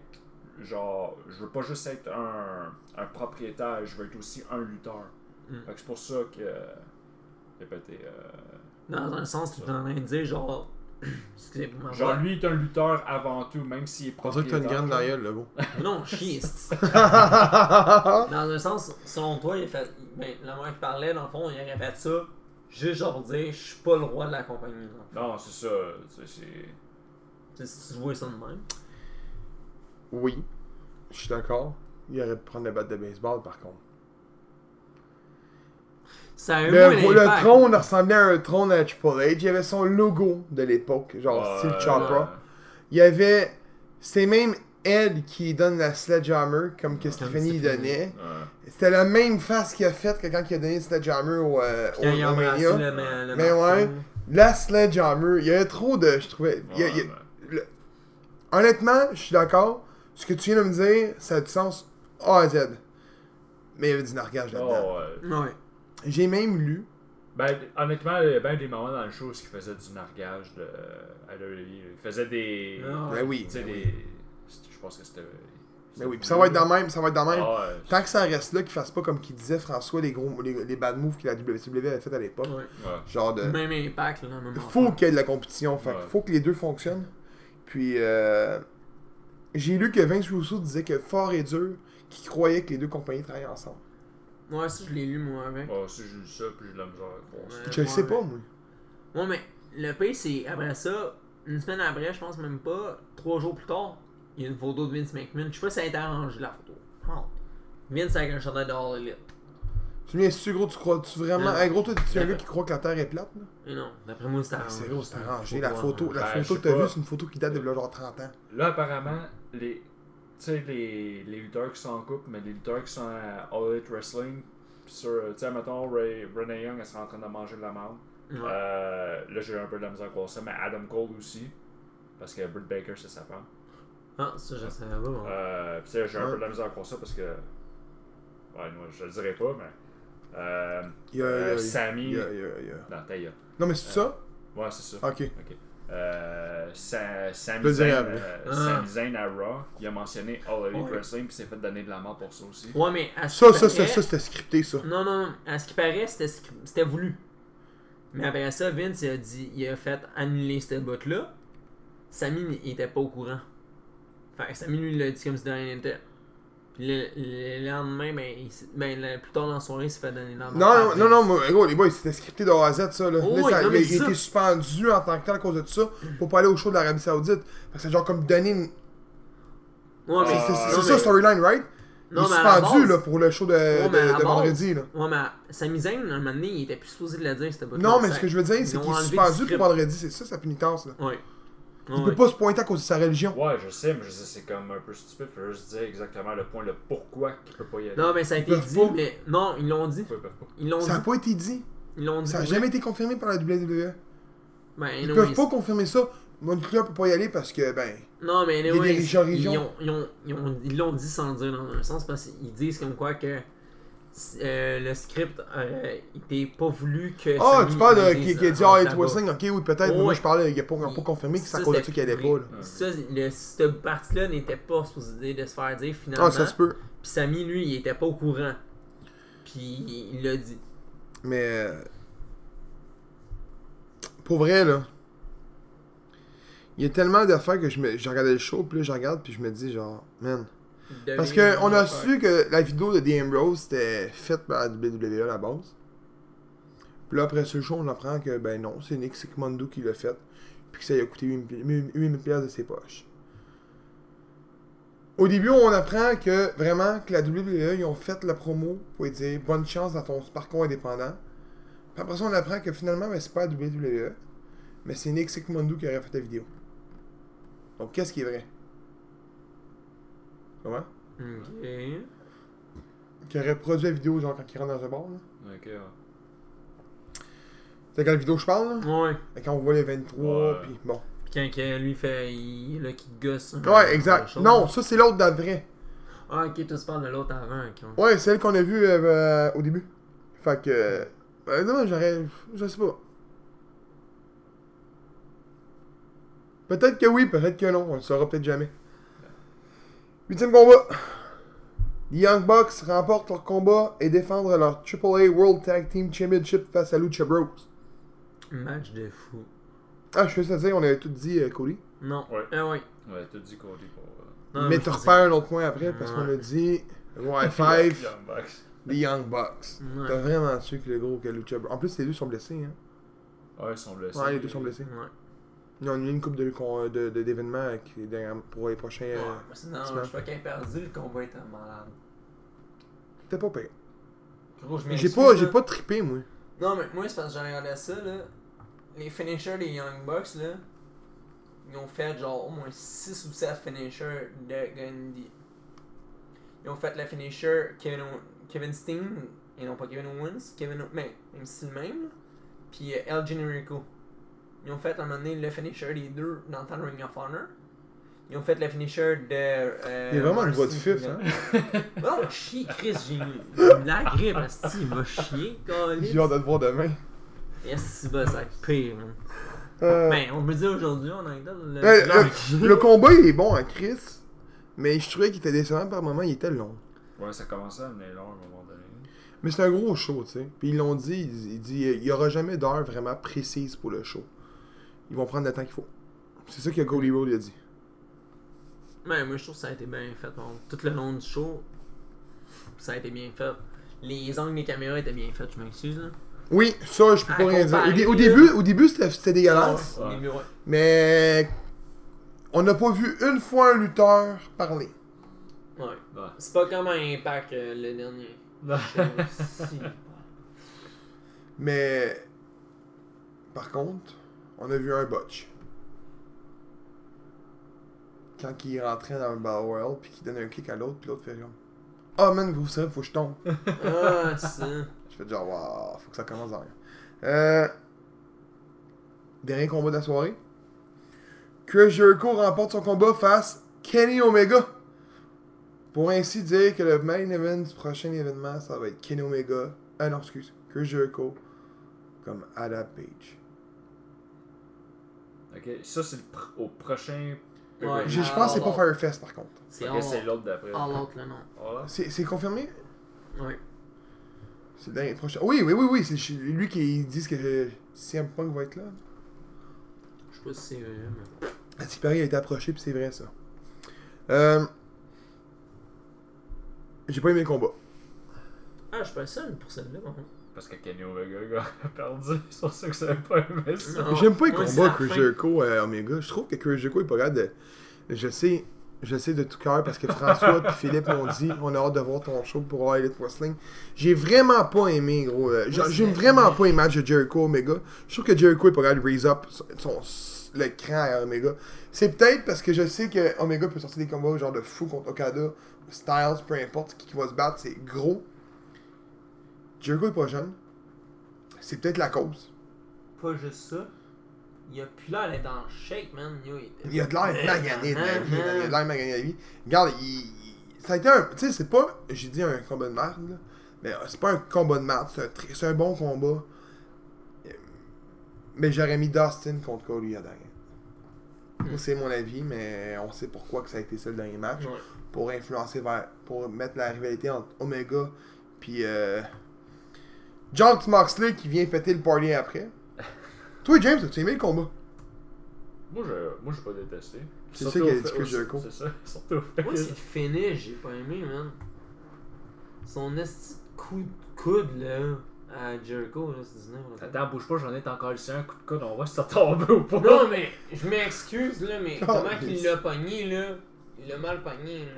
Speaker 4: genre, je veux pas juste être un, un propriétaire, je veux être aussi un lutteur.
Speaker 2: Mm.
Speaker 4: Fait que c'est pour ça que. euh, il a pété, euh,
Speaker 2: Dans un sens, tu t'en as dit genre. Excusez-moi.
Speaker 4: Genre, lui est un lutteur avant tout, même s'il est
Speaker 1: C'est pour ça que t'as une
Speaker 4: propriétaire.
Speaker 1: grande derrière, le gros.
Speaker 2: Non, chiste. Dans un sens, selon toi, il a fait. Ben, le mec qui parlait, dans le fond, il aurait fait ça. Juste genre dire, je suis pas le roi de la compagnie. genre.
Speaker 4: Non, c'est ça. c'est- C'est.
Speaker 2: Tu sais, Si tu vois ça de même.
Speaker 1: oui, je suis d'accord. Il aurait pu prendre le bat de baseball, par contre.
Speaker 2: Ça a eu
Speaker 1: Le,
Speaker 2: moins
Speaker 1: gros- le
Speaker 2: d'impact.
Speaker 1: trône ressemblait à un trône à Triple H. Il y avait son logo de l'époque, genre
Speaker 4: Ouais,
Speaker 1: style Chopra.
Speaker 4: ouais.
Speaker 1: Il y avait. C'est même elle qui donne la sledgehammer, comme que
Speaker 4: Comme
Speaker 1: Stéphanie
Speaker 2: Stéphanie.
Speaker 1: donnait.
Speaker 4: Ouais.
Speaker 1: C'était la même face qu'il a faite que quand il a donné le sledgehammer au, euh, au
Speaker 2: Quand il a embrassé
Speaker 1: Romania.
Speaker 2: le, ma- le
Speaker 1: Mais
Speaker 2: marteau.
Speaker 1: ouais. La sledgehammer, il y avait trop de. Je trouvais. il y a- il y a-
Speaker 4: Ouais, ben,
Speaker 1: Honnêtement, je suis d'accord. Ce que tu viens de me dire, ça a du sens A à Z. Mais il y avait du nargage là-dedans.
Speaker 4: oh, ouais.
Speaker 2: Ouais.
Speaker 1: J'ai même lu.
Speaker 4: Ben, honnêtement, il y a bien des moments dans le show où ils faisaient du nargage de... euh, à E, WWE. Ils faisaient des.
Speaker 2: Ah, ouais.
Speaker 1: Ben oui.
Speaker 4: Tu sais,
Speaker 1: ben oui.
Speaker 4: des. Je pense que c'était.
Speaker 1: Ben oui, puis ça va être dans le même, ça va être dans le même.
Speaker 4: Ah, ouais.
Speaker 1: Tant que ça reste là, qu'il fasse pas comme qu'il disait François les gros les, les bad moves que la WCW avait fait à l'époque.
Speaker 2: Ouais.
Speaker 4: Ouais.
Speaker 1: Genre de.
Speaker 2: Même impact, là, dans le même
Speaker 1: Faut
Speaker 2: enfant.
Speaker 1: qu'il y ait de la compétition. Fait que
Speaker 4: Ouais.
Speaker 1: faut que les deux fonctionnent. Puis euh, j'ai lu que Vince Russo disait que fort et dur, qu'il croyait que les deux compagnies travaillaient ensemble.
Speaker 2: Ouais, ça, je l'ai lu, moi, avec.
Speaker 4: Bon, si je lis ça, puis j'ai de la misère à croire ça.
Speaker 2: Ouais.
Speaker 1: Je le sais pas, moi.
Speaker 2: Ouais, mais le pire, c'est après ça, une semaine après, je pense même pas, trois jours plus tard, il y a une photo de Vince McMahon. Je sais pas si ça a été arrangé la photo. Non. Vince avec un chandail de All Elite.
Speaker 1: Tu me dis, gros, tu crois-tu vraiment.
Speaker 2: Non.
Speaker 1: Hey, gros, toi, tu un
Speaker 2: Non.
Speaker 1: gars qui croit que la Terre est plate, là?
Speaker 2: Mais non, d'après moi, Ah, c'est arrangé.
Speaker 1: Ah, C'est gros, c'est arrangé. La
Speaker 2: Faut
Speaker 1: photo,
Speaker 2: voir.
Speaker 1: la
Speaker 4: Ben, je
Speaker 1: photo
Speaker 4: sais
Speaker 1: que t'as
Speaker 4: pas.
Speaker 1: vue, c'est une photo qui date de là, genre 30 ans.
Speaker 4: Là, apparemment, les. Tu sais, les, les lutteurs qui sont en couple, mais les lutteurs qui sont à All Elite Wrestling, pis sur. euh, Tu sais, mettons, Ray, Renee Young, elle sera en train de manger de la merde.
Speaker 2: Ouais.
Speaker 4: Euh, là, j'ai eu un peu de la misère à croire ça, mais Adam Cole aussi. Parce que Britt Baker, c'est sa femme.
Speaker 2: Ah, ça, je savais pas. bon.
Speaker 4: Euh, Puis, tu sais, j'ai un
Speaker 1: Ouais.
Speaker 4: peu de la misère à croire ça parce que. Ouais, moi, je le dirais pas, mais. Euh,
Speaker 1: Il y a-
Speaker 4: euh,
Speaker 1: il y a-
Speaker 4: Sammy.
Speaker 1: il y a- il y a- il y a-
Speaker 4: Non, t'as eu.
Speaker 1: Non, mais c'est ça?
Speaker 4: Ouais, c'est ça.
Speaker 1: Ok.
Speaker 4: Euh, Sa-
Speaker 1: Je
Speaker 4: Sami
Speaker 1: le dirais
Speaker 4: Zayn,
Speaker 1: après.
Speaker 4: euh,
Speaker 2: Ah.
Speaker 4: Sami Zayn à Raw, il a mentionné All Elite
Speaker 2: Ouais.
Speaker 4: Wrestling, puis s'est fait donner de la mort pour ça aussi.
Speaker 2: Ouais, mais à ce
Speaker 1: Ça,
Speaker 2: qui
Speaker 1: ça, ça,
Speaker 2: paraît-
Speaker 1: ça, c'était scripté, ça.
Speaker 2: Non, non, non. À ce qui paraît, c'était scr- c'était voulu. Mais après ça, Vince, il a, dit, il a fait annuler cette botte-là. Samy il était pas au courant. Fait que Samy, lui, il l'a dit comme si de rien n'était. Puis le, le lendemain, ben, il s'est- ben le- plus tard dans la soirée, il s'est fait donner la mort.
Speaker 1: Non, non, non, non, moi, gros, les boys, c'était scripté de A à Z, ça, là.
Speaker 2: Oh,
Speaker 1: Là, ça-
Speaker 2: oui, non, mais
Speaker 1: il a
Speaker 2: ça-
Speaker 1: été suspendu en tant que tel à cause de ça pour pas aller au show de l'Arabie Saoudite. Fait que c'est genre comme donner une.
Speaker 2: Ouais, mais
Speaker 1: C'est c'est-
Speaker 4: Ah,
Speaker 1: c'est
Speaker 2: non,
Speaker 1: ça,
Speaker 2: mais-
Speaker 1: storyline, right? Il est
Speaker 2: non, mais à la
Speaker 1: suspendu,
Speaker 2: base-
Speaker 1: là, pour le show de,
Speaker 2: Ouais, mais à
Speaker 1: de-
Speaker 2: la
Speaker 1: de
Speaker 2: base-
Speaker 1: vendredi, là.
Speaker 2: Ouais, mais Sami Zayn, à un moment donné, il était plus supposé de la dire, cette botte-là.
Speaker 1: Non, mais
Speaker 2: Ça-
Speaker 1: ce que je veux dire,
Speaker 2: ils
Speaker 1: c'est
Speaker 2: ont
Speaker 1: qu'il est
Speaker 2: enlevé du
Speaker 1: suspendu pour
Speaker 2: script.
Speaker 1: vendredi, c'est ça sa pénitence, là.
Speaker 2: Ouais.
Speaker 1: Il
Speaker 2: Ouais,
Speaker 1: peut pas se pointer à cause de sa religion.
Speaker 4: Ouais, je sais, mais je sais, c'est comme un peu stupide. Faut juste dire exactement le point, le pourquoi qu'il peut pas y aller.
Speaker 2: Non, mais ça a été
Speaker 1: peuvent
Speaker 2: dit,
Speaker 1: pas.
Speaker 2: mais. Non, ils l'ont dit.
Speaker 4: Pourquoi ils peuvent pas?
Speaker 2: Ils l'ont dit.
Speaker 1: Ça a pas été dit.
Speaker 2: Ils l'ont dit.
Speaker 1: Ça a jamais été confirmé par la WWE.
Speaker 2: Ben,
Speaker 1: Ils
Speaker 2: anyway,
Speaker 1: peuvent pas confirmer ça. Mon club peut pas y aller parce que, ben.
Speaker 2: Non, mais
Speaker 1: y a des
Speaker 2: anyway,
Speaker 1: régions-
Speaker 2: ils
Speaker 1: régions.
Speaker 2: ont- ils ont- ils ont- ils l'ont dit sans le dire dans un sens parce qu'ils disent comme quoi que c'est- euh, le script, euh, il était pas voulu que.
Speaker 1: Ah,
Speaker 2: Sammy
Speaker 1: tu parles de
Speaker 2: dise,
Speaker 1: qui, qui a dit
Speaker 2: euh,
Speaker 1: Ah,
Speaker 2: là-bas.
Speaker 1: Edward Singh, ok, oui, peut-être, mais moi
Speaker 2: Ouais.
Speaker 1: je parlais, il a pas, on a pas confirmé que c'est à
Speaker 2: Ça,
Speaker 1: cause de
Speaker 2: c'était
Speaker 1: ça qu'il allait pas.
Speaker 2: coupé.
Speaker 1: Là.
Speaker 2: Ça, le- cette partie-là n'était pas supposée de se faire dire finalement.
Speaker 1: Ah, ça se peut.
Speaker 2: Puis Samy, lui, il était pas au courant. Puis il l'a dit.
Speaker 1: Mais. euh, Pour vrai, là. Il y a tellement d'affaires que je, me... je regardais le show, puis là, je regarde, puis je me dis, genre, man.
Speaker 2: Il devait-
Speaker 1: Parce que on a
Speaker 2: Ouais.
Speaker 1: su que la vidéo de DM Rose c'était faite par la WWE à la base. Puis là, après ce show, on apprend que, ben non, c'est Nick Sigmondo qui l'a fait. Puis que ça lui a coûté 8000 pièces de ses poches. Au début, on apprend que vraiment que la WWE, ils ont fait la promo pour lui dire bonne chance dans ton parcours indépendant. Puis après ça, on apprend que finalement, ben, c'est pas la WWE, mais c'est Nick Sigmondo qui aurait fait la vidéo. Donc, qu'est-ce qui est vrai? Comment?
Speaker 2: Ok.
Speaker 1: qui aurait produit la vidéo, genre quand il rentre dans un bar. là.
Speaker 4: Ok, ouais.
Speaker 1: C'est quand la vidéo que je parle, là?
Speaker 2: Ouais.
Speaker 1: Et Quand on voit les 23,
Speaker 4: Ouais.
Speaker 1: puis bon.
Speaker 2: Puis quand que lui fait. Il, là, qui gosse. hein,
Speaker 1: Ouais, exact.
Speaker 2: quelque chose.
Speaker 1: Non, ça c'est l'autre d'avant. vrai.
Speaker 2: Ah, ok, toi, tu parles de l'autre avant. ok.
Speaker 1: Ouais, celle qu'on a vue euh, euh, au début. Fait que. euh, ben non, j'aurais. Je sais pas. Peut-être que oui, peut-être que non, on le saura peut-être jamais. Huitième combat. Les Young Bucks remportent leur combat et défendent leur AAA World Tag Team Championship face à Lucha Bros.
Speaker 2: Match de fou.
Speaker 1: Ah, je suis juste à dire, on avait tout dit, euh, Cody.
Speaker 2: Non.
Speaker 4: Ouais.
Speaker 2: Ah, ouais.
Speaker 4: Ouais, t'as dit Cody pour. euh,
Speaker 2: Non,
Speaker 1: mais
Speaker 2: je
Speaker 1: tu
Speaker 2: pensais-
Speaker 1: repères un autre point après parce
Speaker 2: Ouais.
Speaker 1: qu'on a dit Wi Five,
Speaker 4: Young Bucks.
Speaker 1: les Young Bucks.
Speaker 2: Ouais.
Speaker 1: T'as vraiment su que le gros que Lucha Bros- En plus, les deux sont blessés. Hein.
Speaker 4: Ah, ils sont blessés.
Speaker 1: Ouais, les deux sont blessés.
Speaker 2: Ouais.
Speaker 1: Ils ont eu une coupe d'événements de, de- d'événements qui est derrière- pour les prochains. euh,
Speaker 2: Ouais, sinon,
Speaker 1: semaine.
Speaker 2: je suis pas qu'un perdu, le combat était malade.
Speaker 1: T'es pas payé.
Speaker 2: Gros, je
Speaker 1: J'ai
Speaker 2: m'excuse,
Speaker 1: pas,
Speaker 2: là.
Speaker 1: j'ai pas trippé, moi.
Speaker 2: Non, mais moi, c'est parce que j'ai regardé ça, là. Les finishers des Young Bucks, là, ils ont fait genre au moins 6 ou 7 finishers de Gandhi. Ils ont fait le finisher Kevin, Ow- Kevin Steen, et non pas Kevin Owens, Kevin Owens, mais même si le même, là. puis euh, El Generico. Ils ont fait à un moment donné le finisher des deux dans le temps de Ring of Honor. Ils ont fait le finisher de. euh,
Speaker 1: Il y a vraiment une voix de
Speaker 2: Marcy
Speaker 1: fif,
Speaker 2: Fields.
Speaker 1: hein.
Speaker 2: Non, chier, Chris, j'ai une- la grippe, asti, il va chier,
Speaker 1: J'ai
Speaker 2: câlisse.
Speaker 1: hâte de te voir demain.
Speaker 2: Yes, c'est bon, ça va être pire, man.
Speaker 1: Euh,
Speaker 2: Ben, on peut dire aujourd'hui, on a le.
Speaker 1: euh,
Speaker 2: Non,
Speaker 1: le, le combat, il est bon à Chris, mais je trouvais qu'il était décevant par moment, il était long.
Speaker 4: Ouais, ça commençait à venir long à un moment donné.
Speaker 1: Mais c'est un gros show, tu sais. Puis ils l'ont dit, ils- ils dit il n'y aura jamais d'heure vraiment précise pour le show. Ils vont prendre le temps qu'il faut. C'est ça que Cody Rhodes a dit.
Speaker 2: Ben, moi, je trouve que ça a été bien fait. bon. tout le long du show, ça a été bien fait. Les angles des caméras étaient bien faits, je m'excuse, là.
Speaker 1: Oui, ça, je peux
Speaker 2: À
Speaker 1: pas rien dire. Au, dé- au
Speaker 2: comparer,
Speaker 1: début, au début c'était c'était
Speaker 2: Ah,
Speaker 1: dégueulasse,
Speaker 2: les murs-
Speaker 1: mais on n'a pas vu une fois un lutteur parler.
Speaker 2: Ouais.
Speaker 4: Ouais.
Speaker 2: C'est pas comme un impact euh, le dernier. Si.
Speaker 1: Mais par contre, on a vu un botch. Quand il rentrait dans le Battle Royale, puis qu'il donne un kick à l'autre, puis l'autre fait comme Ah man, vous savez, faut que je tombe.
Speaker 2: Ah, ça.
Speaker 1: Je fais genre, waouh, faut que ça commence dans rien. Euh, dernier combat de la soirée. Que Jericho remporte son combat face Kenny Omega. Pour ainsi dire que le main event du prochain événement, ça va être Kenny Omega. Ah non, excuse. Que Jericho comme Adam Page.
Speaker 4: Ok, ça c'est le pr- au prochain.
Speaker 2: Ouais.
Speaker 1: Je je pense que c'est pas Firefest par contre.
Speaker 2: C'est
Speaker 4: Ok, c'est
Speaker 2: all,
Speaker 4: l'autre d'après.
Speaker 2: all out, le nom.
Speaker 4: Voilà.
Speaker 1: C'est c'est confirmé
Speaker 2: Ouais.
Speaker 1: C'est le dernier prochain. Oui, oui, oui, oui. C'est chez- lui qui dit que euh, CM Punk va être là.
Speaker 2: Je sais pas si c'est vrai, mais.
Speaker 1: Ah, c'est pareil, il a été approché, puis c'est vrai, ça. Euh... J'ai pas aimé le combat.
Speaker 2: Ah, je suis pas seul pour celle-là, par contre.
Speaker 4: Parce que Kenny Omega a perdu. C'est pour ça que ça avait pas aimé ça.
Speaker 2: Non.
Speaker 1: J'aime pas les
Speaker 2: Ouais, c'est
Speaker 1: combats
Speaker 2: la
Speaker 1: Chris
Speaker 2: fin.
Speaker 1: Jericho à Omega. Je trouve que Chris Jericho est pas grave de... Je sais, je sais de tout cœur parce que François et Philippe m'ont dit on a hâte de voir ton show pour voir Elite Wrestling. J'ai vraiment pas aimé, gros. euh, genre,
Speaker 2: Ouais,
Speaker 1: J'aime
Speaker 2: c'est-
Speaker 1: vraiment pas les matchs de Jericho Omega. Je trouve que Jericho est pas grave de raise up son, son- le cran à Omega. C'est peut-être parce que je sais que Omega peut sortir des combats genre de fou contre Okada, Styles, peu importe qui, qui va se battre, c'est gros. Jericho est pas jeune. C'est peut-être la cause.
Speaker 2: Pas juste ça. Il a plus l'air d'être en shape, man. Yo,
Speaker 1: Il a de l'air
Speaker 2: Euh,
Speaker 1: magané de la vie,
Speaker 2: hein,
Speaker 1: man. Il a
Speaker 2: hein.
Speaker 1: de l'air magané de la vie. Regarde, il, il- ça a été un. Tu sais, c'est pas. J'ai dit un combat de merde, là. Mais euh, c'est pas un combat de match, c'est un, tr- c'est un bon combat. Euh, Mais j'aurais mis Dustin contre Cody à Darian.
Speaker 2: Hmm.
Speaker 1: C'est mon avis, mais on sait pourquoi que ça a été ça le dernier match. Pour influencer vers. pour mettre la rivalité entre Omega puis euh, John Moxley qui vient péter le party après. Toi James, as-tu aimé le combat?
Speaker 4: Moi, je, moi, j'ai pas détesté.
Speaker 1: C'est
Speaker 4: Surtout
Speaker 1: ça qui a
Speaker 4: au
Speaker 1: dit
Speaker 4: fait-
Speaker 1: que
Speaker 4: au-
Speaker 1: je cours.
Speaker 4: C'est ça, surtout au fait
Speaker 2: Moi, c'est le finish, j'ai pas aimé, man. Son esti de coup de coude, là, à Jericho, là, c'est 19. là.
Speaker 3: Attends, bouge pas, j'en ai encore laissé un coup de coude, on va se tomber ou pas.
Speaker 2: Non, mais je m'excuse, là, mais
Speaker 1: Oh,
Speaker 2: comment qu'il
Speaker 1: yes.
Speaker 2: l'a pogné, là Il l'a mal pogné, là.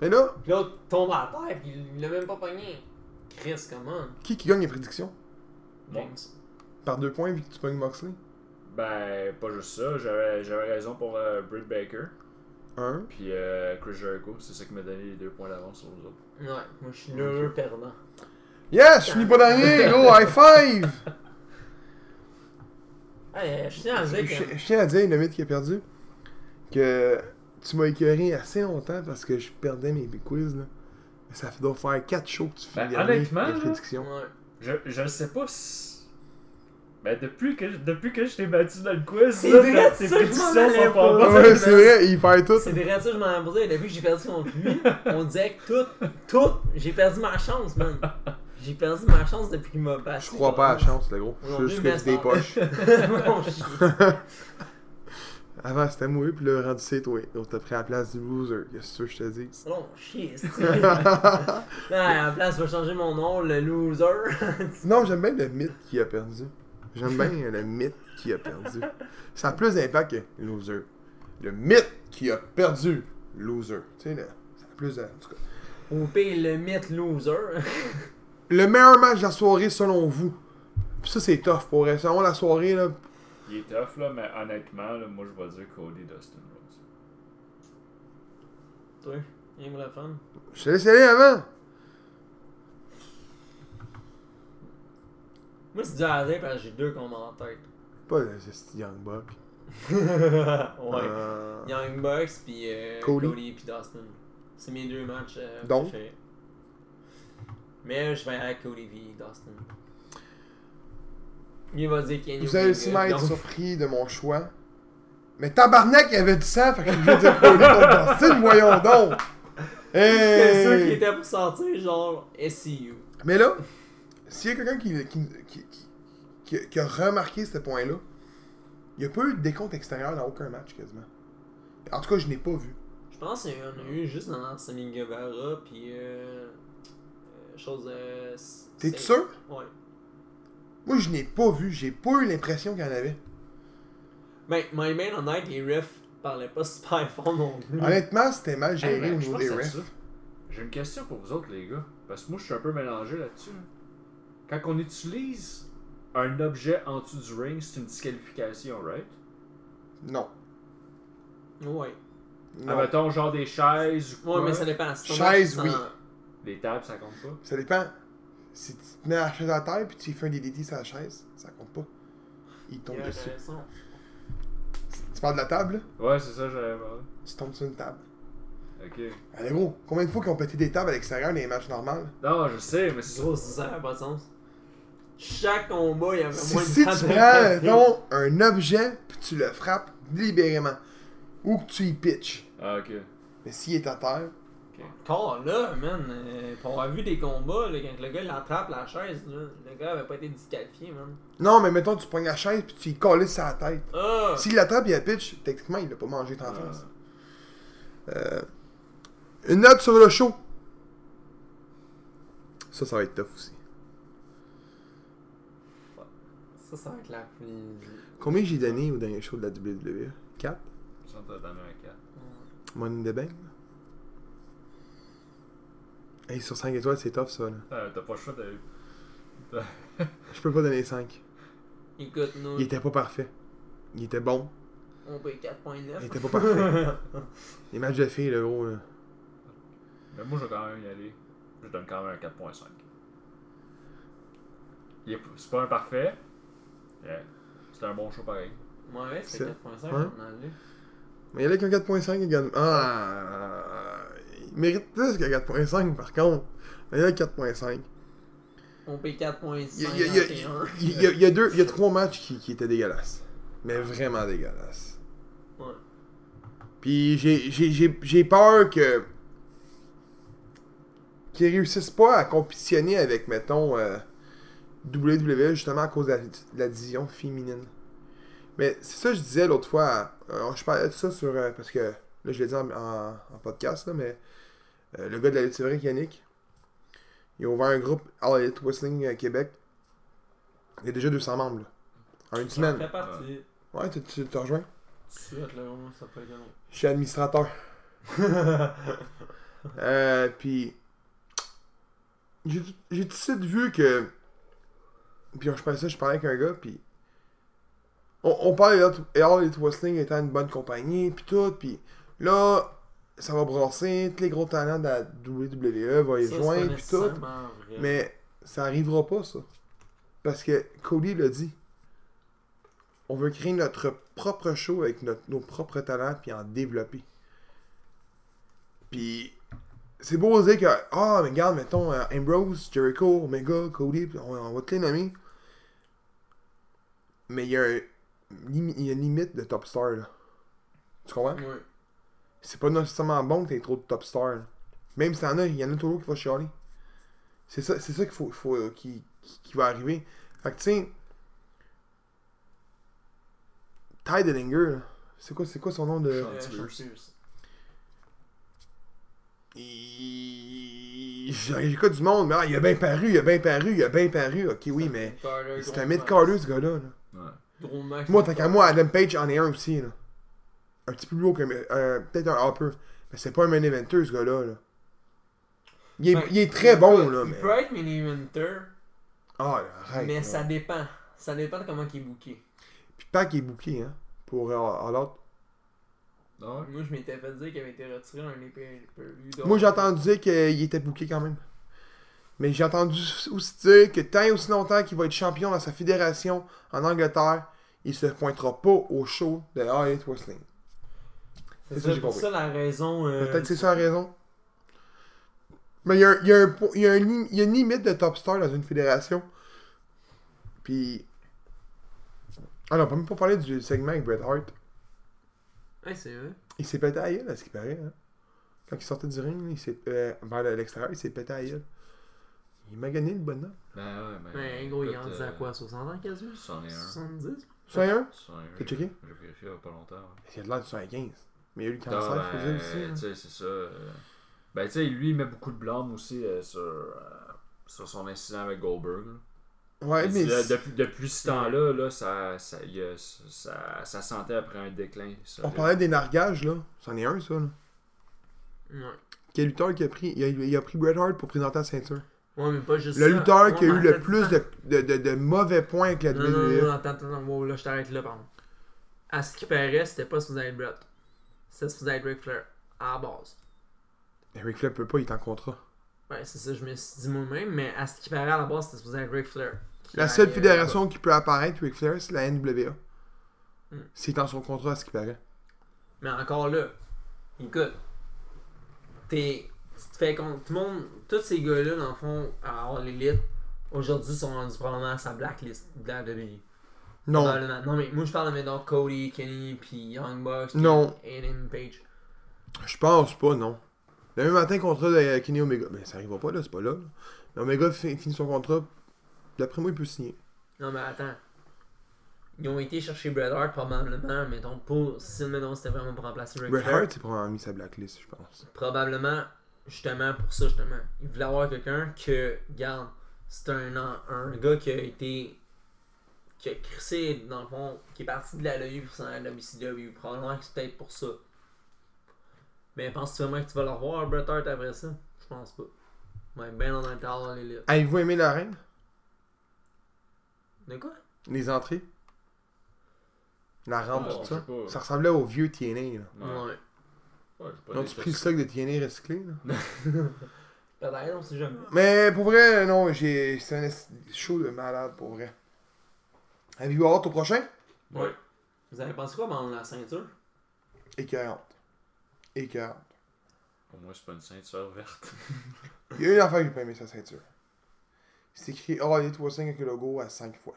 Speaker 1: Mais là,
Speaker 2: Puis l'autre tombe à terre, puis il l'a même pas pogné. Chris, comment
Speaker 1: qui qui gagne les prédictions?
Speaker 4: Bon.
Speaker 1: Par deux points vu que tu pognes Moxley?
Speaker 4: Ben, pas juste ça. J'avais, j'avais raison pour euh, Britt Baker.
Speaker 1: Un.
Speaker 4: Puis euh, Chris Jericho. C'est ça qui m'a donné les deux points d'avance sur les autres.
Speaker 2: Ouais, moi, je suis l'heureux perdant.
Speaker 1: Yes, je finis pas dernier, gros, high five!
Speaker 2: Hey, je tiens à dire
Speaker 1: Je
Speaker 2: Ah, que.
Speaker 1: je tiens à dire, le mythe qui a perdu, que tu m'as écœuré assez longtemps parce que je perdais mes quiz. Là. Ça doit faire 4 shows que tu fais
Speaker 4: Ben, honnêtement,
Speaker 1: les
Speaker 4: là,
Speaker 1: prédictions.
Speaker 2: Ouais.
Speaker 4: Je, je sais pas si. Ben, depuis que, depuis que je t'ai battu dans le quiz,
Speaker 2: C'est
Speaker 4: là,
Speaker 2: vrai,
Speaker 4: tes
Speaker 2: ça, je
Speaker 4: prédictions
Speaker 2: m'en
Speaker 4: sont
Speaker 2: allais
Speaker 4: pas
Speaker 2: pas.
Speaker 4: bonnes.
Speaker 1: Ouais, c'est vrai, il perd tout.
Speaker 2: C'est des rats, je m'en rappelais. Depuis que j'ai perdu contre lui, on disait que tout, tout, j'ai perdu ma chance, man. J'ai perdu ma chance depuis qu'il m'a battu.
Speaker 1: Je crois pas à la chance, le gros.
Speaker 2: Aujourd'hui,
Speaker 1: Juste que
Speaker 2: mais
Speaker 1: c'est des
Speaker 2: ça-
Speaker 1: poches.
Speaker 2: Non, je-
Speaker 1: Avant, c'était mouillé, puis le rendu c'est toi. Donc, t'as pris la place du loser. Qu'est-ce que tu veux que je te dis?
Speaker 2: C'est long, chier. c'est- Ouais, à la place, je vais changer mon nom, le loser.
Speaker 1: Non, j'aime bien le mythe qui a perdu. J'aime bien le mythe qui a perdu. Ça a plus d'impact que loser. Le mythe qui a perdu, loser. Tu sais, là, ça a plus de... en tout cas.
Speaker 2: Au pire, le mythe loser.
Speaker 1: Le meilleur match de la soirée selon vous. Puis ça, c'est tough pour elle. Selon la soirée, là.
Speaker 4: Il est tough, là, mais honnêtement, là, moi, je vais dire Cody Dustin Rhodes.
Speaker 2: Toi, rien pour la femme.
Speaker 1: Je te laisse aller avant.
Speaker 2: Moi, c'est dur à dire parce que j'ai deux combats en tête.
Speaker 1: Pas le c'est Young Buck.
Speaker 2: ouais.
Speaker 1: Euh,
Speaker 2: Young Bucks, puis euh,
Speaker 1: Cody.
Speaker 2: Cody. puis Dustin. C'est mes deux matchs euh,
Speaker 1: Donc?
Speaker 2: préférés. Mais je vais avec Cody puis Dustin. Il va dire Kenny.
Speaker 1: Vous allez aussi
Speaker 2: Omega,
Speaker 1: m'être
Speaker 2: donc-
Speaker 1: surpris de mon choix. Mais tabarnak, il avait du sang, fait que je vais dire Cody contre Dustin, voyons donc!
Speaker 2: C'est sûr qu'il
Speaker 1: Hey!
Speaker 2: était pour sortir, genre SCU.
Speaker 1: Mais là, s'il y a quelqu'un qui, qui, qui, qui- qui, a- qui a remarqué ce point-là, il n'y a pas eu de décompte extérieur dans aucun match quasiment. En tout cas, je n'ai pas vu.
Speaker 2: Je pense qu'il y en a eu juste dans Sammy Guevara, puis. Euh, euh, chose. Euh, s-
Speaker 1: T'es
Speaker 2: c'est-
Speaker 1: sûr?
Speaker 2: Ouais.
Speaker 1: Moi, je n'ai pas vu. J'ai pas eu l'impression qu'il y en avait.
Speaker 2: Ben, My Man Honnête, les refs parlaient pas super fort non plus.
Speaker 1: Honnêtement, c'était mal
Speaker 4: Hey,
Speaker 1: géré
Speaker 4: Mhm. ben,
Speaker 1: au
Speaker 4: je
Speaker 1: niveau
Speaker 4: pense
Speaker 1: des
Speaker 4: que
Speaker 1: refs.
Speaker 4: c'est ça. J'ai une question pour vous autres, les gars. Parce que moi, je suis un peu mélangé là-dessus. là. Quand on utilise un objet en dessous du ring, c'est une disqualification, right?
Speaker 1: Non.
Speaker 2: Ouais.
Speaker 1: non.
Speaker 4: Ah, mettons, genre des chaises ou
Speaker 2: Ouais,
Speaker 4: quoi.
Speaker 2: mais ça dépend. Si ton
Speaker 1: Chaise,
Speaker 2: match, ça-
Speaker 1: oui.
Speaker 4: Des tables, ça compte pas.
Speaker 1: Ça dépend. Si tu te mets la chaise à terre puis tu fais un DDT sur la chaise, ça compte pas. Il tombe
Speaker 2: Il y a
Speaker 1: dessus.
Speaker 2: raison.
Speaker 1: Tu parles de la table, là?
Speaker 4: Ouais, c'est ça, j'avais parlé.
Speaker 1: tu tombes sur une table.
Speaker 4: Ok.
Speaker 1: Allez gros, combien de fois qu'ils ont pété des tables à l'extérieur dans les matchs normaux?
Speaker 4: Non, je sais, mais c'est ça.
Speaker 2: Gros, ça n'avait pas de sens. Chaque combat, il y avait
Speaker 1: Si,
Speaker 2: moins de
Speaker 1: si
Speaker 2: temps
Speaker 1: tu
Speaker 2: de
Speaker 1: prends euh,
Speaker 2: regarder.
Speaker 1: mettons, un objet puis tu le frappes délibérément, ou que tu y pitches,
Speaker 4: Ah, ok.
Speaker 1: mais s'il est à terre,
Speaker 2: Encore là, man, euh, pour avoir vu des combats, là, quand le gars l'attrape la chaise, là, le gars avait pas été disqualifié, man.
Speaker 1: non, mais mettons, tu prends la chaise puis tu y colles sur la tête.
Speaker 2: Ah!
Speaker 1: S'il l'attrape et la pitch, techniquement, il l'a pas mangé
Speaker 4: Ah,
Speaker 1: tant face. Euh, une note sur le show. Ça, ça va être tough aussi.
Speaker 2: Ça, ça va être la plus. Ouais.
Speaker 1: Combien j'ai donné au dernier show de la WWE 4
Speaker 4: Ça, t'as donné un 4.
Speaker 1: Money in the Bank Et sur 5 étoiles, c'est tough ça. Là.
Speaker 4: T'as t'as pas le choix de.
Speaker 1: Je peux pas donner 5.
Speaker 2: Écoute, nous,
Speaker 1: Il était pas parfait. Il était bon.
Speaker 2: on paye 4.9.
Speaker 1: Il était pas parfait. Les matchs de filles, le gros. Là.
Speaker 4: Mais moi, je vais quand même y aller. Je donne quand même un 4.5. Il est- C'est pas un parfait. Yeah. C'est un bon show pareil.
Speaker 2: Ouais,
Speaker 1: C'est-
Speaker 2: c'est 4.5
Speaker 1: Ouais.
Speaker 2: qu'on a enlevé.
Speaker 1: Mais il y en a qui ont 4.5 il gagne. Ah Il mérite plus que 4.5 par contre. Il y en a 4.5.
Speaker 2: pompé 4.5
Speaker 1: Il y a- il y a- il y a- il y a- il y a deux- il y a trois matchs qui, qui étaient dégueulasses. Mais vraiment dégueulasses.
Speaker 2: Ouais.
Speaker 1: Puis j'ai- j'ai- j'ai j'ai peur que. qu'ils réussissent pas à compétitionner avec, mettons, euh, WWE justement à cause de la, de la division féminine. Mais c'est ça que je disais l'autre fois. euh, je parlais de ça sur. euh, parce que là, je l'ai dit en, en- en podcast, là, mais euh, le gars de la lutte c'est Yannick, il a ouvert un groupe All Elite Wrestling euh, Québec. Il y a déjà 200 membres, là. En une
Speaker 2: Ça
Speaker 1: semaine.
Speaker 2: fait partie.
Speaker 1: Ouais, tu- tu te rejoins.
Speaker 2: Tu là, vraiment, ça peut être long.
Speaker 1: Je suis administrateur. euh, puis j'ai j'ai tout de suite vu que puis je pensais je parlais avec un gars puis on, on parlait de All Elite Wrestling étant une bonne compagnie puis tout puis là ça va brasser tous les gros talents de la WWE vont les
Speaker 2: Ça, c'est
Speaker 1: joindre
Speaker 2: pas
Speaker 1: puis tout
Speaker 2: nécessairement vrai.
Speaker 1: mais ça arrivera pas, ça. Parce que Cody l'a dit. On veut créer notre propre show avec notre- nos propres talents puis en développer. Puis c'est beau de dire que ah mais regarde mettons euh, Ambrose, Jericho, Omega, Cody, on, on va te les nommer. Mais il y a un limi- il y a une limite de top star là. Tu comprends?
Speaker 2: Ouais.
Speaker 1: c'est pas nécessairement bon que t'aies trop de top stars. Même si t'en as, il y en a toujours qui va chialer. C'est ça, c'est ça qu'il faut, faut, euh, qui, qui- qui va arriver. Fait que tu sais, Ty Dellinger, là, c'est quoi, c'est quoi son nom de.
Speaker 2: Euh,
Speaker 4: Sean
Speaker 2: Sean Spears.
Speaker 1: Il- J'ai- J'écoute du monde, mais ah, il a bien paru, il a bien paru, il a bien paru. Ok, oui, mais
Speaker 2: Carter,
Speaker 1: c'est
Speaker 2: gros
Speaker 1: un mid
Speaker 2: match.
Speaker 1: carder ce gars-là. là.
Speaker 4: Ouais.
Speaker 2: Gros match.
Speaker 1: Moi, tant qu'à moi, Adam Page en est un aussi. Là. Un petit peu plus haut que. euh, Peut-être un hopper. Mais c'est pas un main eventer, ce gars-là. là. Il, est,
Speaker 2: Ben,
Speaker 1: il est très bon, là.
Speaker 2: Il
Speaker 1: Mais...
Speaker 2: peut être mini winter,
Speaker 1: Ah, là, arrête.
Speaker 2: mais
Speaker 1: là.
Speaker 2: ça dépend. Ça dépend de comment il est booké.
Speaker 1: Puis Pac est bouclé, hein. Pour euh, All Out.
Speaker 4: Non, ouais.
Speaker 2: Moi, je m'étais fait dire qu'il avait été retiré un épée.
Speaker 1: Moi, j'ai entendu dire qu'il était bouclé quand même. Mais j'ai entendu aussi dire que tant et aussi longtemps qu'il va être champion dans sa fédération en Angleterre, il se pointera pas au show de All Elite Wrestling.
Speaker 2: C'est
Speaker 1: C'est
Speaker 2: ça,
Speaker 1: ça, j'ai
Speaker 2: pour
Speaker 1: compris.
Speaker 2: ça la raison. euh,
Speaker 1: Peut-être que c'est ça la raison. Mais il y a, il y a un po- il y a un lim- il y a une limite de top star dans une fédération. Puis. Ah non, on peut même pas parler du segment avec Bret Hart.
Speaker 2: Ouais, c'est vrai.
Speaker 1: Il s'est pété à la gueule, à ce qui paraît. hein. Quand il sortait du ring, il s'est, euh, vers l'extérieur, il s'est pété à la gueule. Il m'a gagné le bonhomme.
Speaker 4: Ben ouais, ben.
Speaker 2: Mais gros, il est
Speaker 4: écoute,
Speaker 2: rendu à
Speaker 4: euh,
Speaker 2: quoi 60 ans quasiment
Speaker 4: 101.
Speaker 2: 70
Speaker 1: 101
Speaker 4: 101.
Speaker 1: T'as checké?
Speaker 4: J'ai vérifié il y a pas longtemps.
Speaker 1: Il a de l'air de 115. Mais il y a eu le
Speaker 4: Ah,
Speaker 1: cancer, faut
Speaker 4: ben,
Speaker 1: dire aussi. hein.
Speaker 4: Tu sais, c'est ça. euh, Ben, tu sais, lui, il met beaucoup de blâme aussi euh, sur, euh, sur son incident avec Goldberg. là.
Speaker 1: hein. Ouais,
Speaker 4: Il
Speaker 1: mais.
Speaker 4: dit, là,
Speaker 1: c'est-
Speaker 4: depuis, depuis ce temps-là, là, ça, ça, il y a- ça, ça sentait après un déclin. ça,
Speaker 1: On
Speaker 4: là.
Speaker 1: parlait des nargages, là. C'en est un, ça, là.
Speaker 2: Ouais.
Speaker 1: Quel lutteur qui a pris. Il a, il a pris Bret Hart pour présenter la ceinture.
Speaker 2: Ouais, mais pas juste
Speaker 1: Le
Speaker 2: ça.
Speaker 1: lutteur qui a
Speaker 2: Ouais,
Speaker 1: eu
Speaker 2: mais
Speaker 1: le
Speaker 2: attends,
Speaker 1: plus de, de, de, de mauvais points avec la E.
Speaker 2: Non, non, non,
Speaker 1: WWE.
Speaker 2: non, attends, attends, attends, wow, là, je t'arrête là, pardon. À ce qui paraît, c'était pas sous être Brett. C'était sous être Ric Flair, à la base.
Speaker 1: Mais Ric Flair peut pas, il est en contrat.
Speaker 2: Ouais, c'est ça, je me suis dit moi-même, mais à ce qui paraît, à la base, c'était sous être Ric Flair. qui
Speaker 1: La seule
Speaker 2: allait-
Speaker 1: fédération qui peut apparaître, Ric Flair, c'est la NWA.
Speaker 2: Hmm.
Speaker 1: C'est dans son contrat, à ce qui paraît.
Speaker 2: Mais encore là, écoute, t'es, tu te fais compte, tout le monde, tous ces gars-là, dans le fond, à All Elite, aujourd'hui, sont rendus probablement à sa blacklist de la WWE.
Speaker 1: Non,
Speaker 2: Probablement. Non, mais moi, je parle de maintenant Cody, Kenny, puis Young Bucks,
Speaker 1: Non.
Speaker 2: et Adam Page.
Speaker 1: je pense pas, non. Le même matin, contrat de Kenny Omega. Mais ça arrivera pas, là, c'est pas là. là. Mais Omega fi- finit son contrat. D'après moi, il peut signer.
Speaker 2: Non, mais attends. Ils ont été chercher Bret Hart, probablement, mettons, pour, si, mettons, c'était vraiment pour remplacer Ric
Speaker 1: Bret
Speaker 2: Flair.
Speaker 1: Hart, c'est probablement mis sa blacklist, je pense.
Speaker 2: probablement justement pour ça justement il voulait avoir quelqu'un que garde c'est un, en- un gars qui a été qui a crissé dans le fond qui est parti de la LAU pour s'en aller à WCW probablement que c'est peut-être pour ça mais penses-tu vraiment que tu vas le revoir Bret Hart après ça je pense pas ouais ben dans le tard les là
Speaker 1: Avez-vous aimé la reine
Speaker 2: de quoi
Speaker 1: Les entrées La rampe,
Speaker 4: Ah,
Speaker 1: tout
Speaker 4: je sais
Speaker 1: ça
Speaker 4: pas.
Speaker 1: Ça ressemblait au vieux TNA, là.
Speaker 4: Ouais.
Speaker 2: ouais
Speaker 4: Ouais, j'ai pas
Speaker 1: Ils ont-tu
Speaker 4: détesté.
Speaker 1: pris le stock de TNA recyclé, là
Speaker 2: peut-être on sait jamais
Speaker 1: Mais pour vrai, non, j'ai. C'est un esti- show de malade pour vrai. Avez-vous hâte au prochain?
Speaker 4: Ouais.
Speaker 2: vous avez pensé quoi pendant la ceinture
Speaker 1: Écœurante. Écœurante.
Speaker 4: Pour moi, c'est pas une ceinture verte.
Speaker 1: Il y a une affaire que j'ai pas aimé sa ceinture. C'est écrit oh, All Elite Wrestling avec le logo à 5 fois.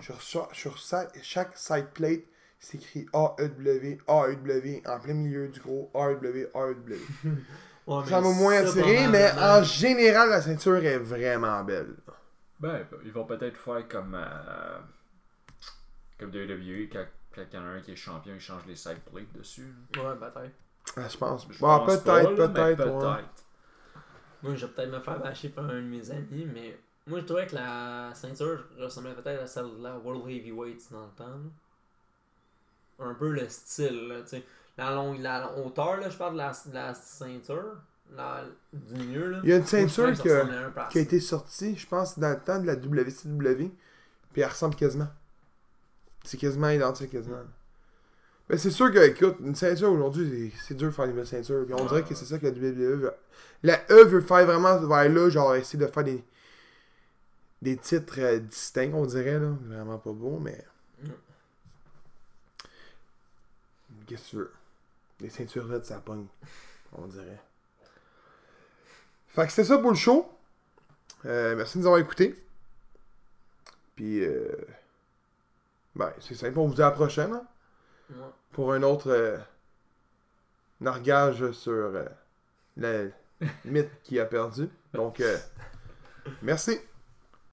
Speaker 1: Sur, cha- sur sa- chaque side plate, c'est écrit E AEW, AEW, en plein milieu du gros E AEW, AEW.
Speaker 2: Ouais,
Speaker 1: Ça m'a
Speaker 2: mais
Speaker 1: moins
Speaker 2: ça,
Speaker 1: attiré,
Speaker 2: probablement-
Speaker 1: mais en général, la ceinture est vraiment belle.
Speaker 4: Ben, ils vont peut-être faire comme. euh, comme WWE, quand quand il y en a un qui est champion, il change les side plates dessus.
Speaker 2: Ouais, peut-être.
Speaker 1: Ah, je pense.
Speaker 4: Je
Speaker 1: Bon,
Speaker 4: pense pas, là,
Speaker 1: peut-être,
Speaker 4: mais
Speaker 1: peut-être. ouais.
Speaker 4: peut-être.
Speaker 2: Moi, je vais peut-être me faire bâcher par un de mes amis, mais moi, je trouvais que la ceinture ressemblait peut-être à celle de la World Heavyweight dans le temps. là. Un peu le style, là, tu sais. La, longue, la hauteur, là, je parle de la, de la ceinture, la, du milieu, là.
Speaker 1: Il y a une
Speaker 2: Moi, je trouvais
Speaker 1: ceinture
Speaker 2: ça
Speaker 1: que-
Speaker 2: ressemblait un peu à
Speaker 1: qui a
Speaker 2: ça.
Speaker 1: été sortie, je pense, dans le temps de la WCW. Puis elle ressemble quasiment. C'est quasiment identique, quasiment. Mais c'est sûr que, écoute, une ceinture aujourd'hui, c'est c'est dur de faire des nouvelles ceintures. Puis on
Speaker 4: Ouais,
Speaker 1: dirait que
Speaker 4: ouais.
Speaker 1: c'est ça que la WWE veut. La E veut faire vraiment vers là, genre essayer de faire des, des titres euh, distincts, on dirait, là. Vraiment pas beau, mais.
Speaker 2: Mm.
Speaker 1: Qu'est-ce que tu veux? Les ceintures vertes, ça pogne, on dirait. Fait que c'était ça pour le show. Euh, merci de nous avoir écoutés. Puis, euh, ben, c'est simple. On vous dit à la prochaine hein,
Speaker 2: Ouais.
Speaker 1: pour un autre euh, nargage sur euh, le mythe qui a perdu. Donc, euh, merci.